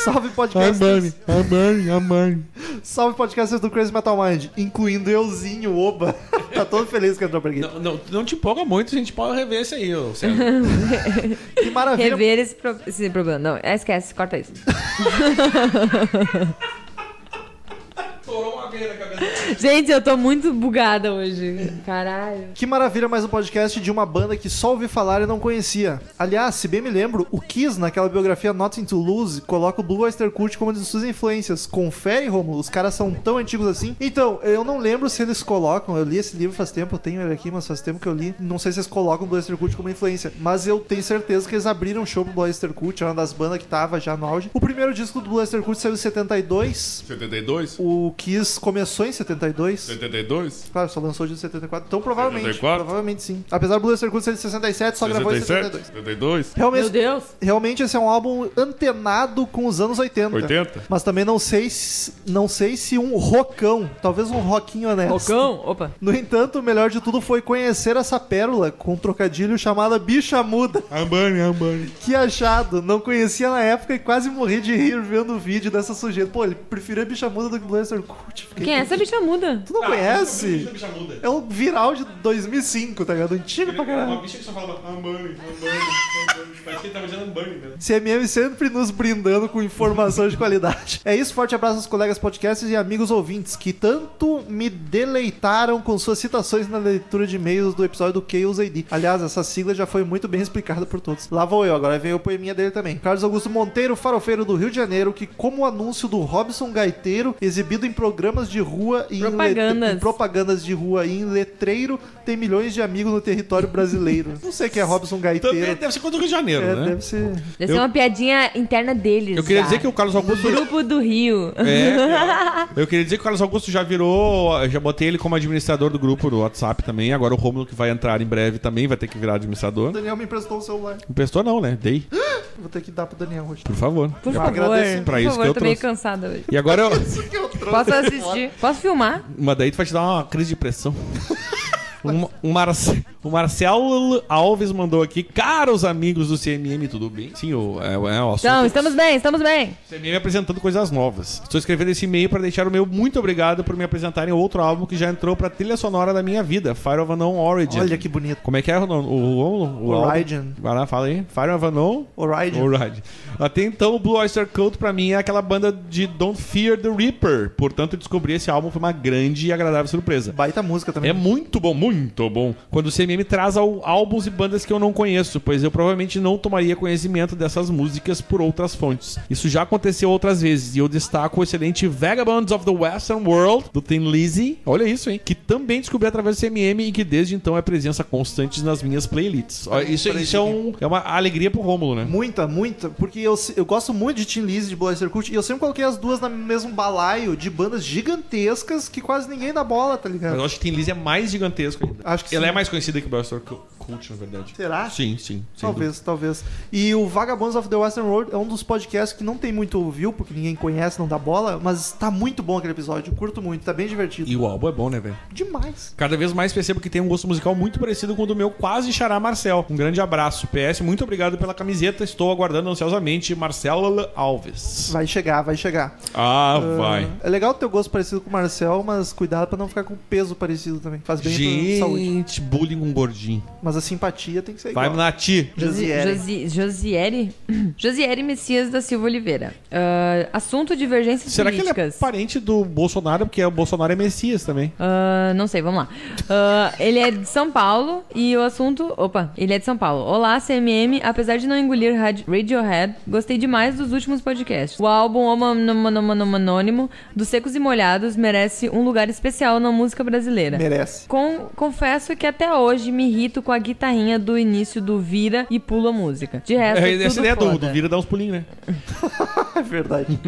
Salve podcasters. amane, amane. Salve podcasters do Crazy Metal Mind, incluindo euzinho, oba. tá todo feliz que entrou pra aqui. Não, não, não te empolga muito, a gente pode rever esse aí, ô Sérgio. Que Tá maravilha. Rever esse, pro- esse problema. Não, é, esquece, corta isso. Estourou uma veia na cabeça. Gente, eu tô muito bugada hoje. Caralho. Que maravilha mais um podcast de uma banda que só ouvi falar e não conhecia. Aliás, se bem me lembro, o Kiss, naquela biografia Nothing to Lose, coloca o Blue Oyster Cult como uma de suas influências. Confere, Romulo, os caras são tão antigos assim. Então, eu não lembro se eles colocam, eu li esse livro faz tempo, eu tenho ele aqui, mas faz tempo que eu li. Não sei se eles colocam o Blue Oyster Cult como influência, mas eu tenho certeza que eles abriram um show pro Blue Oyster Cult, era uma das bandas que tava já no auge. O primeiro disco do Blue Oyster Cult saiu em 72, 72? o Kiss começou em 72. 72? Claro, só lançou de 74. Então provavelmente. 74? Provavelmente sim. Apesar do Blue Oyster Cult ser de 67, só gravou em 67? 72. 72? Meu Realmente, Deus. realmente esse é um álbum antenado com os anos 80. 80? Mas também não sei, se- não sei se um rocão, talvez um rockinho honesto. Rocão? Opa. No entanto, o melhor de tudo foi conhecer essa pérola com um trocadilho chamada Bicha Muda. Ambani, Ambani. Que achado! Não conhecia na época e quase morri de rir vendo o vídeo dessa sujeira. Pô, ele preferia Bicha Muda do que Blue Oyster Cult. Fiquei- Quem é essa bicha muda? Tu não conhece? Já muda. É um viral de 2005, tá ligado? Antigo pra caralho. bicha que só fala Ambani, Ambani, Ambani. Parece que ele tava dizendo Ambani, velho. CMM é sempre nos brindando com informação de qualidade. É isso, forte abraço aos colegas podcasts e amigos ouvintes que tanto me deleitaram com suas citações na leitura de e-mails do episódio do Chaos AD. Aliás, essa sigla já foi muito bem explicada por todos. Lá vou eu, agora vem o poeminha dele também. Carlos Augusto Monteiro, farofeiro do Rio de Janeiro, que como o anúncio do Robson Gaiteiro, exibido em programas de rua e em Propagandas. letre- em propagandas de rua e em letreiro, tem milhões de amigos no território brasileiro. Não sei quem é Robson Também Gaiteiro. deve ser contra o Rio de Janeiro, É, né? deve ser... Deve ser uma piadinha interna deles. Eu queria já. dizer que o Carlos Augusto. Grupo do Rio. É, eu queria dizer que o Carlos Augusto já virou. eu Já botei ele como administrador do grupo do WhatsApp também. Agora o Romulo, que vai entrar em breve, também vai ter que virar O administrador. Daniel me emprestou o celular. Não prestou, não, né? Dei, Vou ter que dar pro Daniel hoje. por favor. Por Já favor. agradeci. Pra por isso favor, que eu tô meio trouxe. cansada hoje. E agora. eu- Isso que eu trouxe. Posso assistir? Posso filmar? Mas daí tu vai te dar uma crise de pressão. Um- O, Marce- o Marcelo Alves mandou aqui, caros amigos do CMM, tudo bem? Sim, o, é, é o assunto. Então, estamos bem, estamos bem. CMM apresentando coisas novas. Estou escrevendo esse e-mail para deixar o meu muito obrigado por me apresentarem outro álbum que já entrou para trilha sonora da minha vida, Fire of a Known Origin. Olha que bonito. Como é que é o nome? O, o, o álbum? Origin. Vai lá, fala aí. Fire of a Known Oride. Alright. Até então, o Blue Oyster Cult pra mim é aquela banda de Don't Fear the Reaper. Portanto, descobrir esse álbum foi uma grande e agradável surpresa. Baita música também. É muito bom, muito bom. Quando o CMM traz ao- álbuns e bandas que eu não conheço, pois eu provavelmente não tomaria conhecimento dessas músicas por outras fontes. Isso já aconteceu outras vezes e eu destaco o excelente Vagabonds of the Western World do Thin Lizzy. Olha isso, hein? Que também descobri através do CMM e que desde então é presença constante nas minhas playlists. Ó, Isso, isso é, um- é uma alegria pro Rômulo, né? Muita, muita, é porque eu, se- eu gosto muito de Tim Lizzy, de Blaster Cult, e eu sempre coloquei as duas no mesmo balaio de bandas gigantescas que quase ninguém dá bola, tá Mas ligado? eu acho que Thin Lizzy é mais gigantesco ainda. Acho que Ela sim. é mais conhecida que Blaster Cult, na verdade. Será? Sim, sim. sem dúvida. Talvez, talvez. E o Vagabonds of the Western World é um dos podcasts que não tem muito ouviu, porque ninguém conhece, não dá bola, mas tá muito bom aquele episódio. Eu curto muito, tá bem divertido. E o álbum é bom, né, velho? Demais. Cada vez mais percebo que tem um gosto musical muito parecido com o do meu quase xará Marcel. Um grande abraço. PS, muito obrigado pela camiseta. Estou aguardando ansiosamente. Marcelo Alves. Vai chegar, vai chegar. Ah, Ah, É legal ter o gosto parecido com o Marcel, mas cuidado pra não ficar com peso parecido também. Faz bem pra saúde. Gente, bullying com gordinho. Mas a simpatia tem que ser Vai, igual. Nati. Josiere. Josi- Josiere? Josiere Messias da Silva Oliveira. Ah, assunto divergências Será que ele é políticas. parente do Bolsonaro? Porque o Bolsonaro é Messias também. Ah, não sei, vamos lá. Ah, ele é de São Paulo e o assunto. Opa, ele é de São Paulo. Olá, CMM. Apesar de não engolir rad- Radiohead, gostei demais dos últimos podcasts. O álbum Homonônimo dos Secos e Molhados merece um lugar especial na música brasileira. Merece. Com- confesso que até hoje me irrito com a guitarrinha do início do Vira e pula a música. De resto, É, tudo essa ideia do, foda. do Vira dar uns pulinhos, né? É verdade.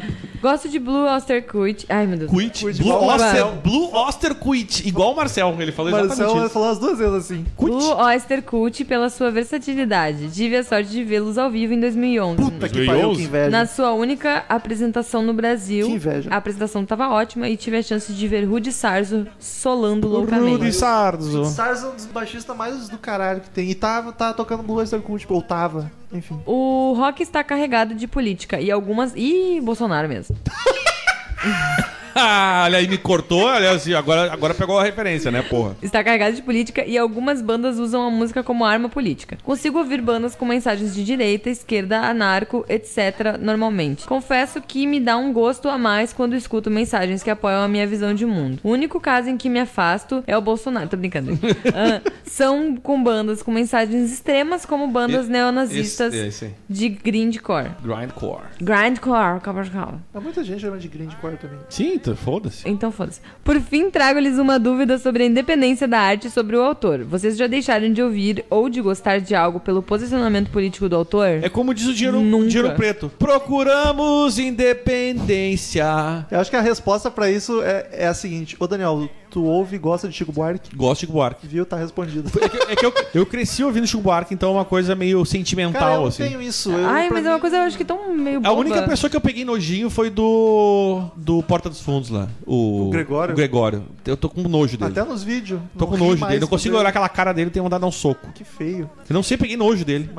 Gosto de Blue Oyster Cult. Ai, meu Deus. Quit. Blue igual o Oster, Marcel. Blue Oster Quit. Igual o Marcel. Ele falou Marcel é exatamente ele isso. falou as duas vezes assim. Blue Oyster Cult pela sua versatilidade. Tive a sorte de vê-los ao vivo em 2011. Puta que pariu, que 2011. inveja. Na sua única apresentação no Brasil, Que inveja. a apresentação tava ótima e tive a chance de ver Rudy Sarzo solando Rudy loucamente. Sarzo. Stars é um dos baixistas mais do caralho que tem. E tava, tava tocando Blue Oyster Cult, tipo, ou tava. Enfim. O rock está carregado de política e algumas. Ih, Bolsonaro mesmo. Ah, olha aí, me cortou. Olha assim, agora, agora pegou a referência, né, porra? Está carregado de política e algumas bandas usam a música como arma política. Consigo ouvir bandas com mensagens de direita, esquerda, anarco, etc. normalmente. Confesso que me dá um gosto a mais quando escuto mensagens que apoiam a minha visão de mundo. O único caso em que me afasto é o Bolsonaro. Tô brincando. Ah, são com bandas com mensagens extremas, como bandas E- neonazistas esse- esse aí. de grindcore. Grindcore. Grindcore, calma, calma. É Há muita gente chama de grindcore também. Sim, Eita, foda-se. Então foda-se. Por fim, trago-lhes uma dúvida sobre a independência da arte e sobre o autor. Vocês já deixaram de ouvir ou de gostar de algo pelo posicionamento político do autor? É como diz o dinheiro, Nunca. dinheiro preto. Procuramos independência. Eu acho que a resposta pra isso é, é a seguinte. Ô, Daniel, tu ouve e gosta de Chico Buarque? Gosto de Chico Buarque. Viu? Tá respondido. É que, é que eu, eu cresci ouvindo Chico Buarque, então é uma coisa meio sentimental, Cara, eu não assim. tenho isso. Eu, Ai, pra mas é uma mim- é coisa eu acho que tão meio boba. A única pessoa que eu peguei nojinho foi do. do Porta dos Fundos lá. O, O Gregório? o Gregório. Eu tô com nojo dele. Até nos vídeos. Tô com Não ri nojo mais dele. Não do consigo dele. olhar aquela cara dele e tenho vontade de dar um soco. Que feio. Eu não sei, peguei nojo dele.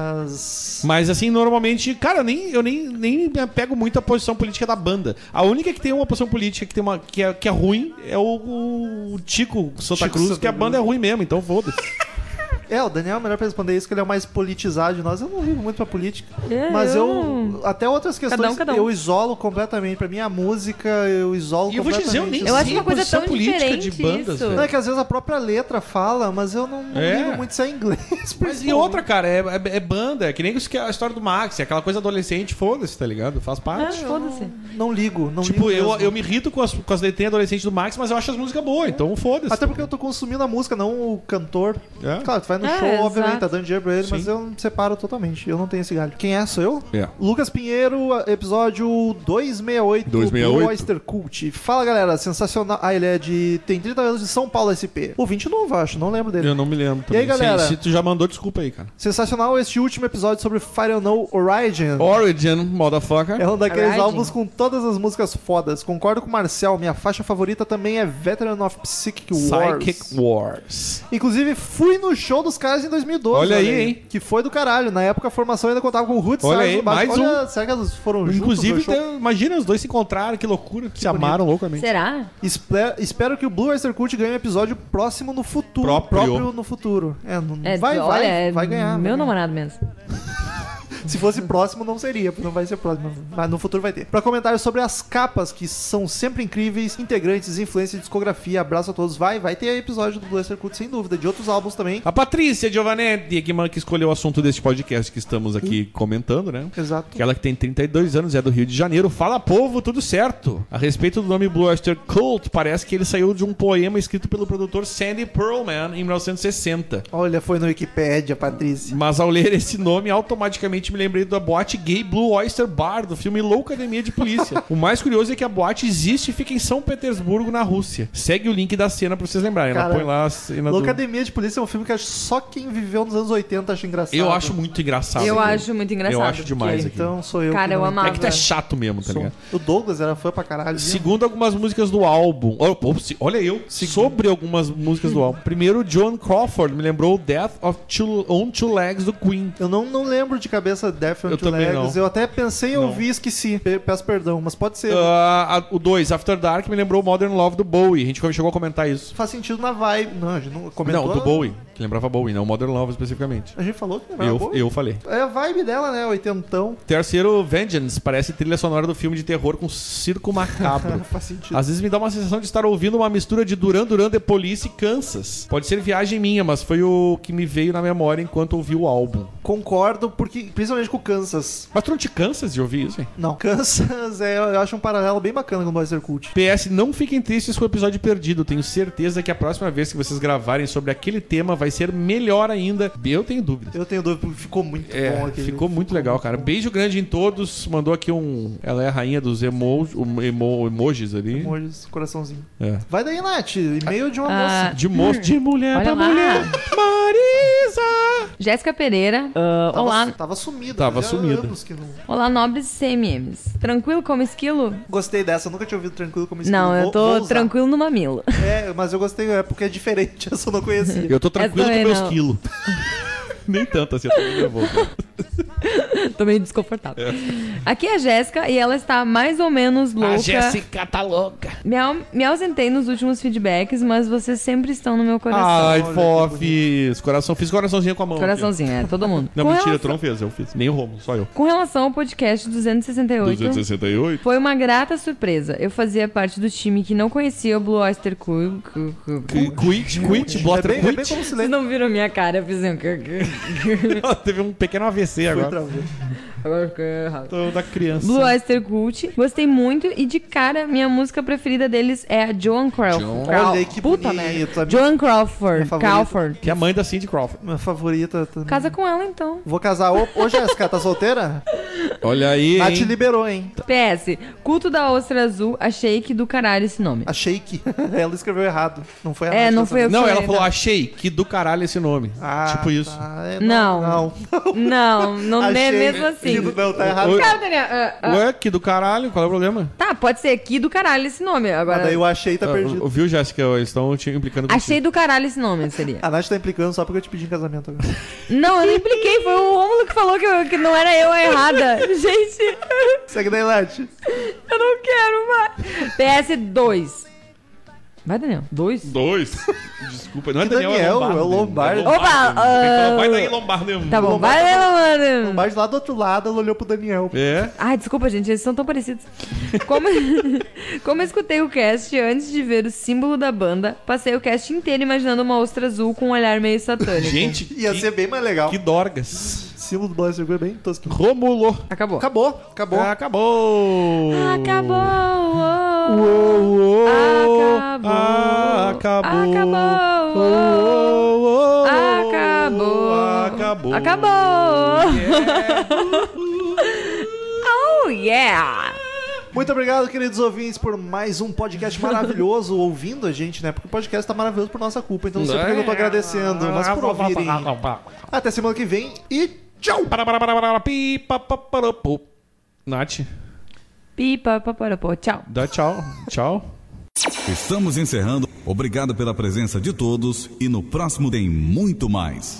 Mas... Mas assim, normalmente, cara, eu nem, eu nem, nem me apego muito à posição política da banda. A única que tem uma posição política que, tem uma, que, é, que é ruim é o, o Tico Santa Tico Cruz, Santa que a Cruz. banda é ruim mesmo, então foda-se. É, o Daniel é melhor pra responder isso, que ele é o mais politizado de nós. Eu não ligo muito pra política. É, mas eu. eu- Até outras questões Cada um, cada um. eu isolo completamente. Pra mim, a música, eu isolo E eu vou te completamente. assim, dizer, eu nem Eu acho Sim, uma coisa posição tão política de diferente bandas, né? isso. Não, é que às vezes a própria letra fala, mas eu não, não É. ligo muito se é inglês. Mas e outra, cara, é, é- é banda, é que nem isso que é a história do Max, é aquela coisa adolescente, foda-se, tá ligado? Faz Ah, parte. foda-se. Não ligo, não tipo, ligo. eu, mesmo. eu me irrito com as, com as letrinhas adolescentes do Max, mas eu acho as músicas boas, então foda-se. Até porque eu tô consumindo a música, não o cantor. É. Claro, tu vai no É, show, obviamente, exato. tá dando dinheiro pra ele, mas eu me separo totalmente. Eu não tenho esse galho. Quem é? Sou eu? É. Lucas Pinheiro, episódio 268, 268. Blue Oyster Cult. Fala, galera, sensacional. Ah, ele é de... tem 30 anos de São Paulo SP. Ouvinte novo, acho, não lembro dele. Eu não me lembro também. aí, galera? Se, se tu já mandou, desculpa aí, cara. Sensacional este último episódio sobre Fire and No Origin. Origin, motherfucker. É um daqueles Origin. álbuns com todas as músicas fodas. Concordo com o Marcel, minha faixa favorita também é Veteran of Psychic Wars. Psychic Wars. Inclusive, fui no show dos caras em 2012. Olha aí, hein? Que foi do caralho. Na época a formação ainda contava com o Roots. Olha Stars aí, no baixo. mais um. Olha, Será que elas foram Inclusive, juntos? no show? tem- imagina, os dois se encontraram, que loucura. se bonito. amaram loucamente. Será? Esple- Espero que o Blue Oyster Cult ganhe um episódio próximo no futuro. Próprio. no futuro. É, não, É, vai, olha, vai, é vai ganhar. vai Meu ganhar. namorado mesmo. Se fosse próximo, não seria, porque não vai ser próximo. Mas no futuro vai ter. Pra comentários sobre as capas, que são sempre incríveis, integrantes, influência e discografia. Abraço a todos. Vai, vai ter episódio do Blue Oyster Cult, sem dúvida. De outros álbuns também. A Patrícia Giovanetti, que, man- que escolheu o assunto deste podcast que estamos aqui comentando, né? Exato. Que ela que tem 32 anos, é do Rio de Janeiro. Fala, povo, tudo certo. A respeito do nome Blue Oyster Cult, parece que ele saiu de um poema escrito pelo produtor Sandy Pearlman em 1960. Olha, foi no Wikipedia, Patrícia. Mas ao ler esse nome, automaticamente me lembrei da boate gay Blue Oyster Bar, do filme Louca Academia de Polícia. o mais curioso é que a boate existe e fica em São Petersburgo, na Rússia. Segue o link da cena pra vocês lembrarem. Ela Cara, põe lá a cena do... Loucademia de Polícia é um filme que acho que só quem viveu nos anos 80 acha é engraçado. Eu acho muito Tá, engraçado. Eu acho muito engraçado. Eu acho demais porque- aqui. Então sou eu. Cara, que não eu entendo. amava. É que tu é chato mesmo, tá ligado? O Douglas era fã pra caralho. viu? Segundo algumas músicas do álbum. ó, pô, se- Olha eu. Sobre algumas músicas do álbum. Primeiro, John Crawford me lembrou Death of Two, on Two Legs do Queen. Eu não, não lembro de cabeça Death on Eu Two também Legs. não. Eu até pensei em ouvir e esqueci. Pe- Peço perdão, mas pode ser. Ah, a- o 2, After Dark, me lembrou Modern Love do Bowie. A gente chegou a comentar isso. Faz sentido na vibe. Não, a gente não comentou. Não, do Bowie. Que lembrava Bowie, não Modern Love especificamente. A gente falou que não era Eu, boa. eu falei. É a vibe dela, né? Oitentão. Terceiro, Vengeance. Parece trilha sonora do filme de terror com circo macabro. Faz sentido. Às vezes me dá uma sensação de estar ouvindo uma mistura de Duran Duran, The Police e Kansas. Pode ser viagem minha, mas foi o que me veio na memória enquanto ouvi o álbum. Concordo, porque principalmente com o Kansas. Mas tu não te cansas de ouvir isso, hein? Não, Kansas é, eu acho um paralelo bem bacana com o Blazer Cult. PS, não fiquem tristes com o episódio perdido. Tenho certeza que a próxima vez que vocês gravarem sobre aquele tema vai ser melhor ainda. Eu tenho dúvidas. Eu tenho dúvida, porque ficou muito É, Tá bom aqui. ficou muito legal, cara. Beijo grande em todos. Mandou aqui um. Ela é a rainha dos emo, um- emo- emojis ali. Emojis, coraçãozinho. É. Vai daí, Nath. E-mail de uma Ah, moça. De moço, de mulher Olha pra lá. mulher. Marisa! Jéssica Pereira. Tá ah, Tava, olá. tava sumido. Tava fazia sumido. anos que não- Olá, nobres CMMs. Tranquilo como esquilo? Gostei dessa, nunca tinha ouvido tranquilo como Não, Vou- eu vou tô usar. tranquilo no mamilo. É, mas eu gostei, é porque é diferente, eu só não conhecia. É Eu tô tranquilo também com meus é não. quilos. Nem tanto assim, eu tô meio nervoso. Tô meio desconfortável. Aqui é a Jéssica e ela está mais ou menos louca. tá louca. Me, au- me ausentei nos últimos feedbacks, mas vocês sempre estão no meu coração. Ai, Olha que fofis. Coração, fiz coraçãozinho com a mão. aqui, ó. Coraçãozinho, é, todo mundo. Não, com mentira, tu relação, não fez, eu fiz. Nem o Romulo, só eu. com relação ao podcast 268, 268. foi uma grata surpresa. Eu fazia parte do time que não conhecia o Blue Oyster Cult. Quit, quit, é, blotter bem, é bem quit. como se lê. assim, Vocês não viram minha cara, eu fiz um... cu, cu, cu. Teve um pequeno AVC Foi agora. travou. Agora fiquei "Ah, errado. Então, da criança. Blue Oyster Cult. Gostei muito e de cara, minha música preferida deles é a Joan Crawford. Joan. Crow- Olha aí que Puta bonito, merda. a minha- Joan minha Crawford. favorita. Crawford. Que é a mãe da Cindy Crawford. Minha favorita também. Casa com ela então. Vou casar. Ô, ô Jéssica, tá solteira? Olha aí. Nath hein? liberou, hein? PS. Culto da Ostra Azul. Achei que do caralho esse nome. A Shake. Ela escreveu errado. Não foi a É, Nath não essa foi eu que Não, ela falei, falou, achei que do caralho esse nome. né? Ah, tipo isso. tá. É, Não. Não. Não, não é Achei- mesmo assim. Não, não, tá errado. Oi. Cara, Daniel, ah, ah, Ué, que do caralho, qual é o problema? tá, pode ser aqui do caralho esse nome. Ah, Agora, daí eu achei tá Ah, perdido. Viu, Jéssica? Eles estão te implicando com achei do caralho esse nome, seria. A Nath tá implicando só porque eu te pedi em casamento agora. Não, eu não impliquei, foi o Rômulo que falou que, eu- que não era eu a errada. Gente, Segue daí, Nath. eu não quero mais. PS2. Vai, Daniel. Dois? Dois. Desculpa, não é Que Daniel, Daniel, é é o Lombardo. Opa, ah, Vai daí, Lombardo. Tá bom, vai, O mano. mais lá do outro lado, ela olhou pro Daniel. É. Ai, desculpa, gente, eles são tão parecidos. Como, como eu escutei o cast antes de ver o símbolo da banda, passei o cast inteiro imaginando uma ostra azul com um olhar meio satânico. Gente, Ia ser bem mais legal. que dorgas. Símbolo do Blaster Girl é bem tosco. Romulo. Acabou. Acabou, acabou. Ah, Acabou. Ah, Acabou. Uou, Ah, Acabou. Ah, Acabou. Acabou. Uou, uou, Acabou. Acabou. Acabou. oh, yeah. Muito obrigado, queridos ouvintes, por mais um podcast maravilhoso ouvindo a gente, né? Porque o podcast tá maravilhoso por nossa culpa. Então não sei por que eu tô agradecendo, Ah, mas por ouvirem. Até semana que vem e tchau! Para, para, para, para, pi, pa, pa, para, pu. Nath, Pipa, paparapô. Tchau. dá tchau. Tchau. Estamos encerrando. Obrigado pela presença de todos e no próximo tem muito mais.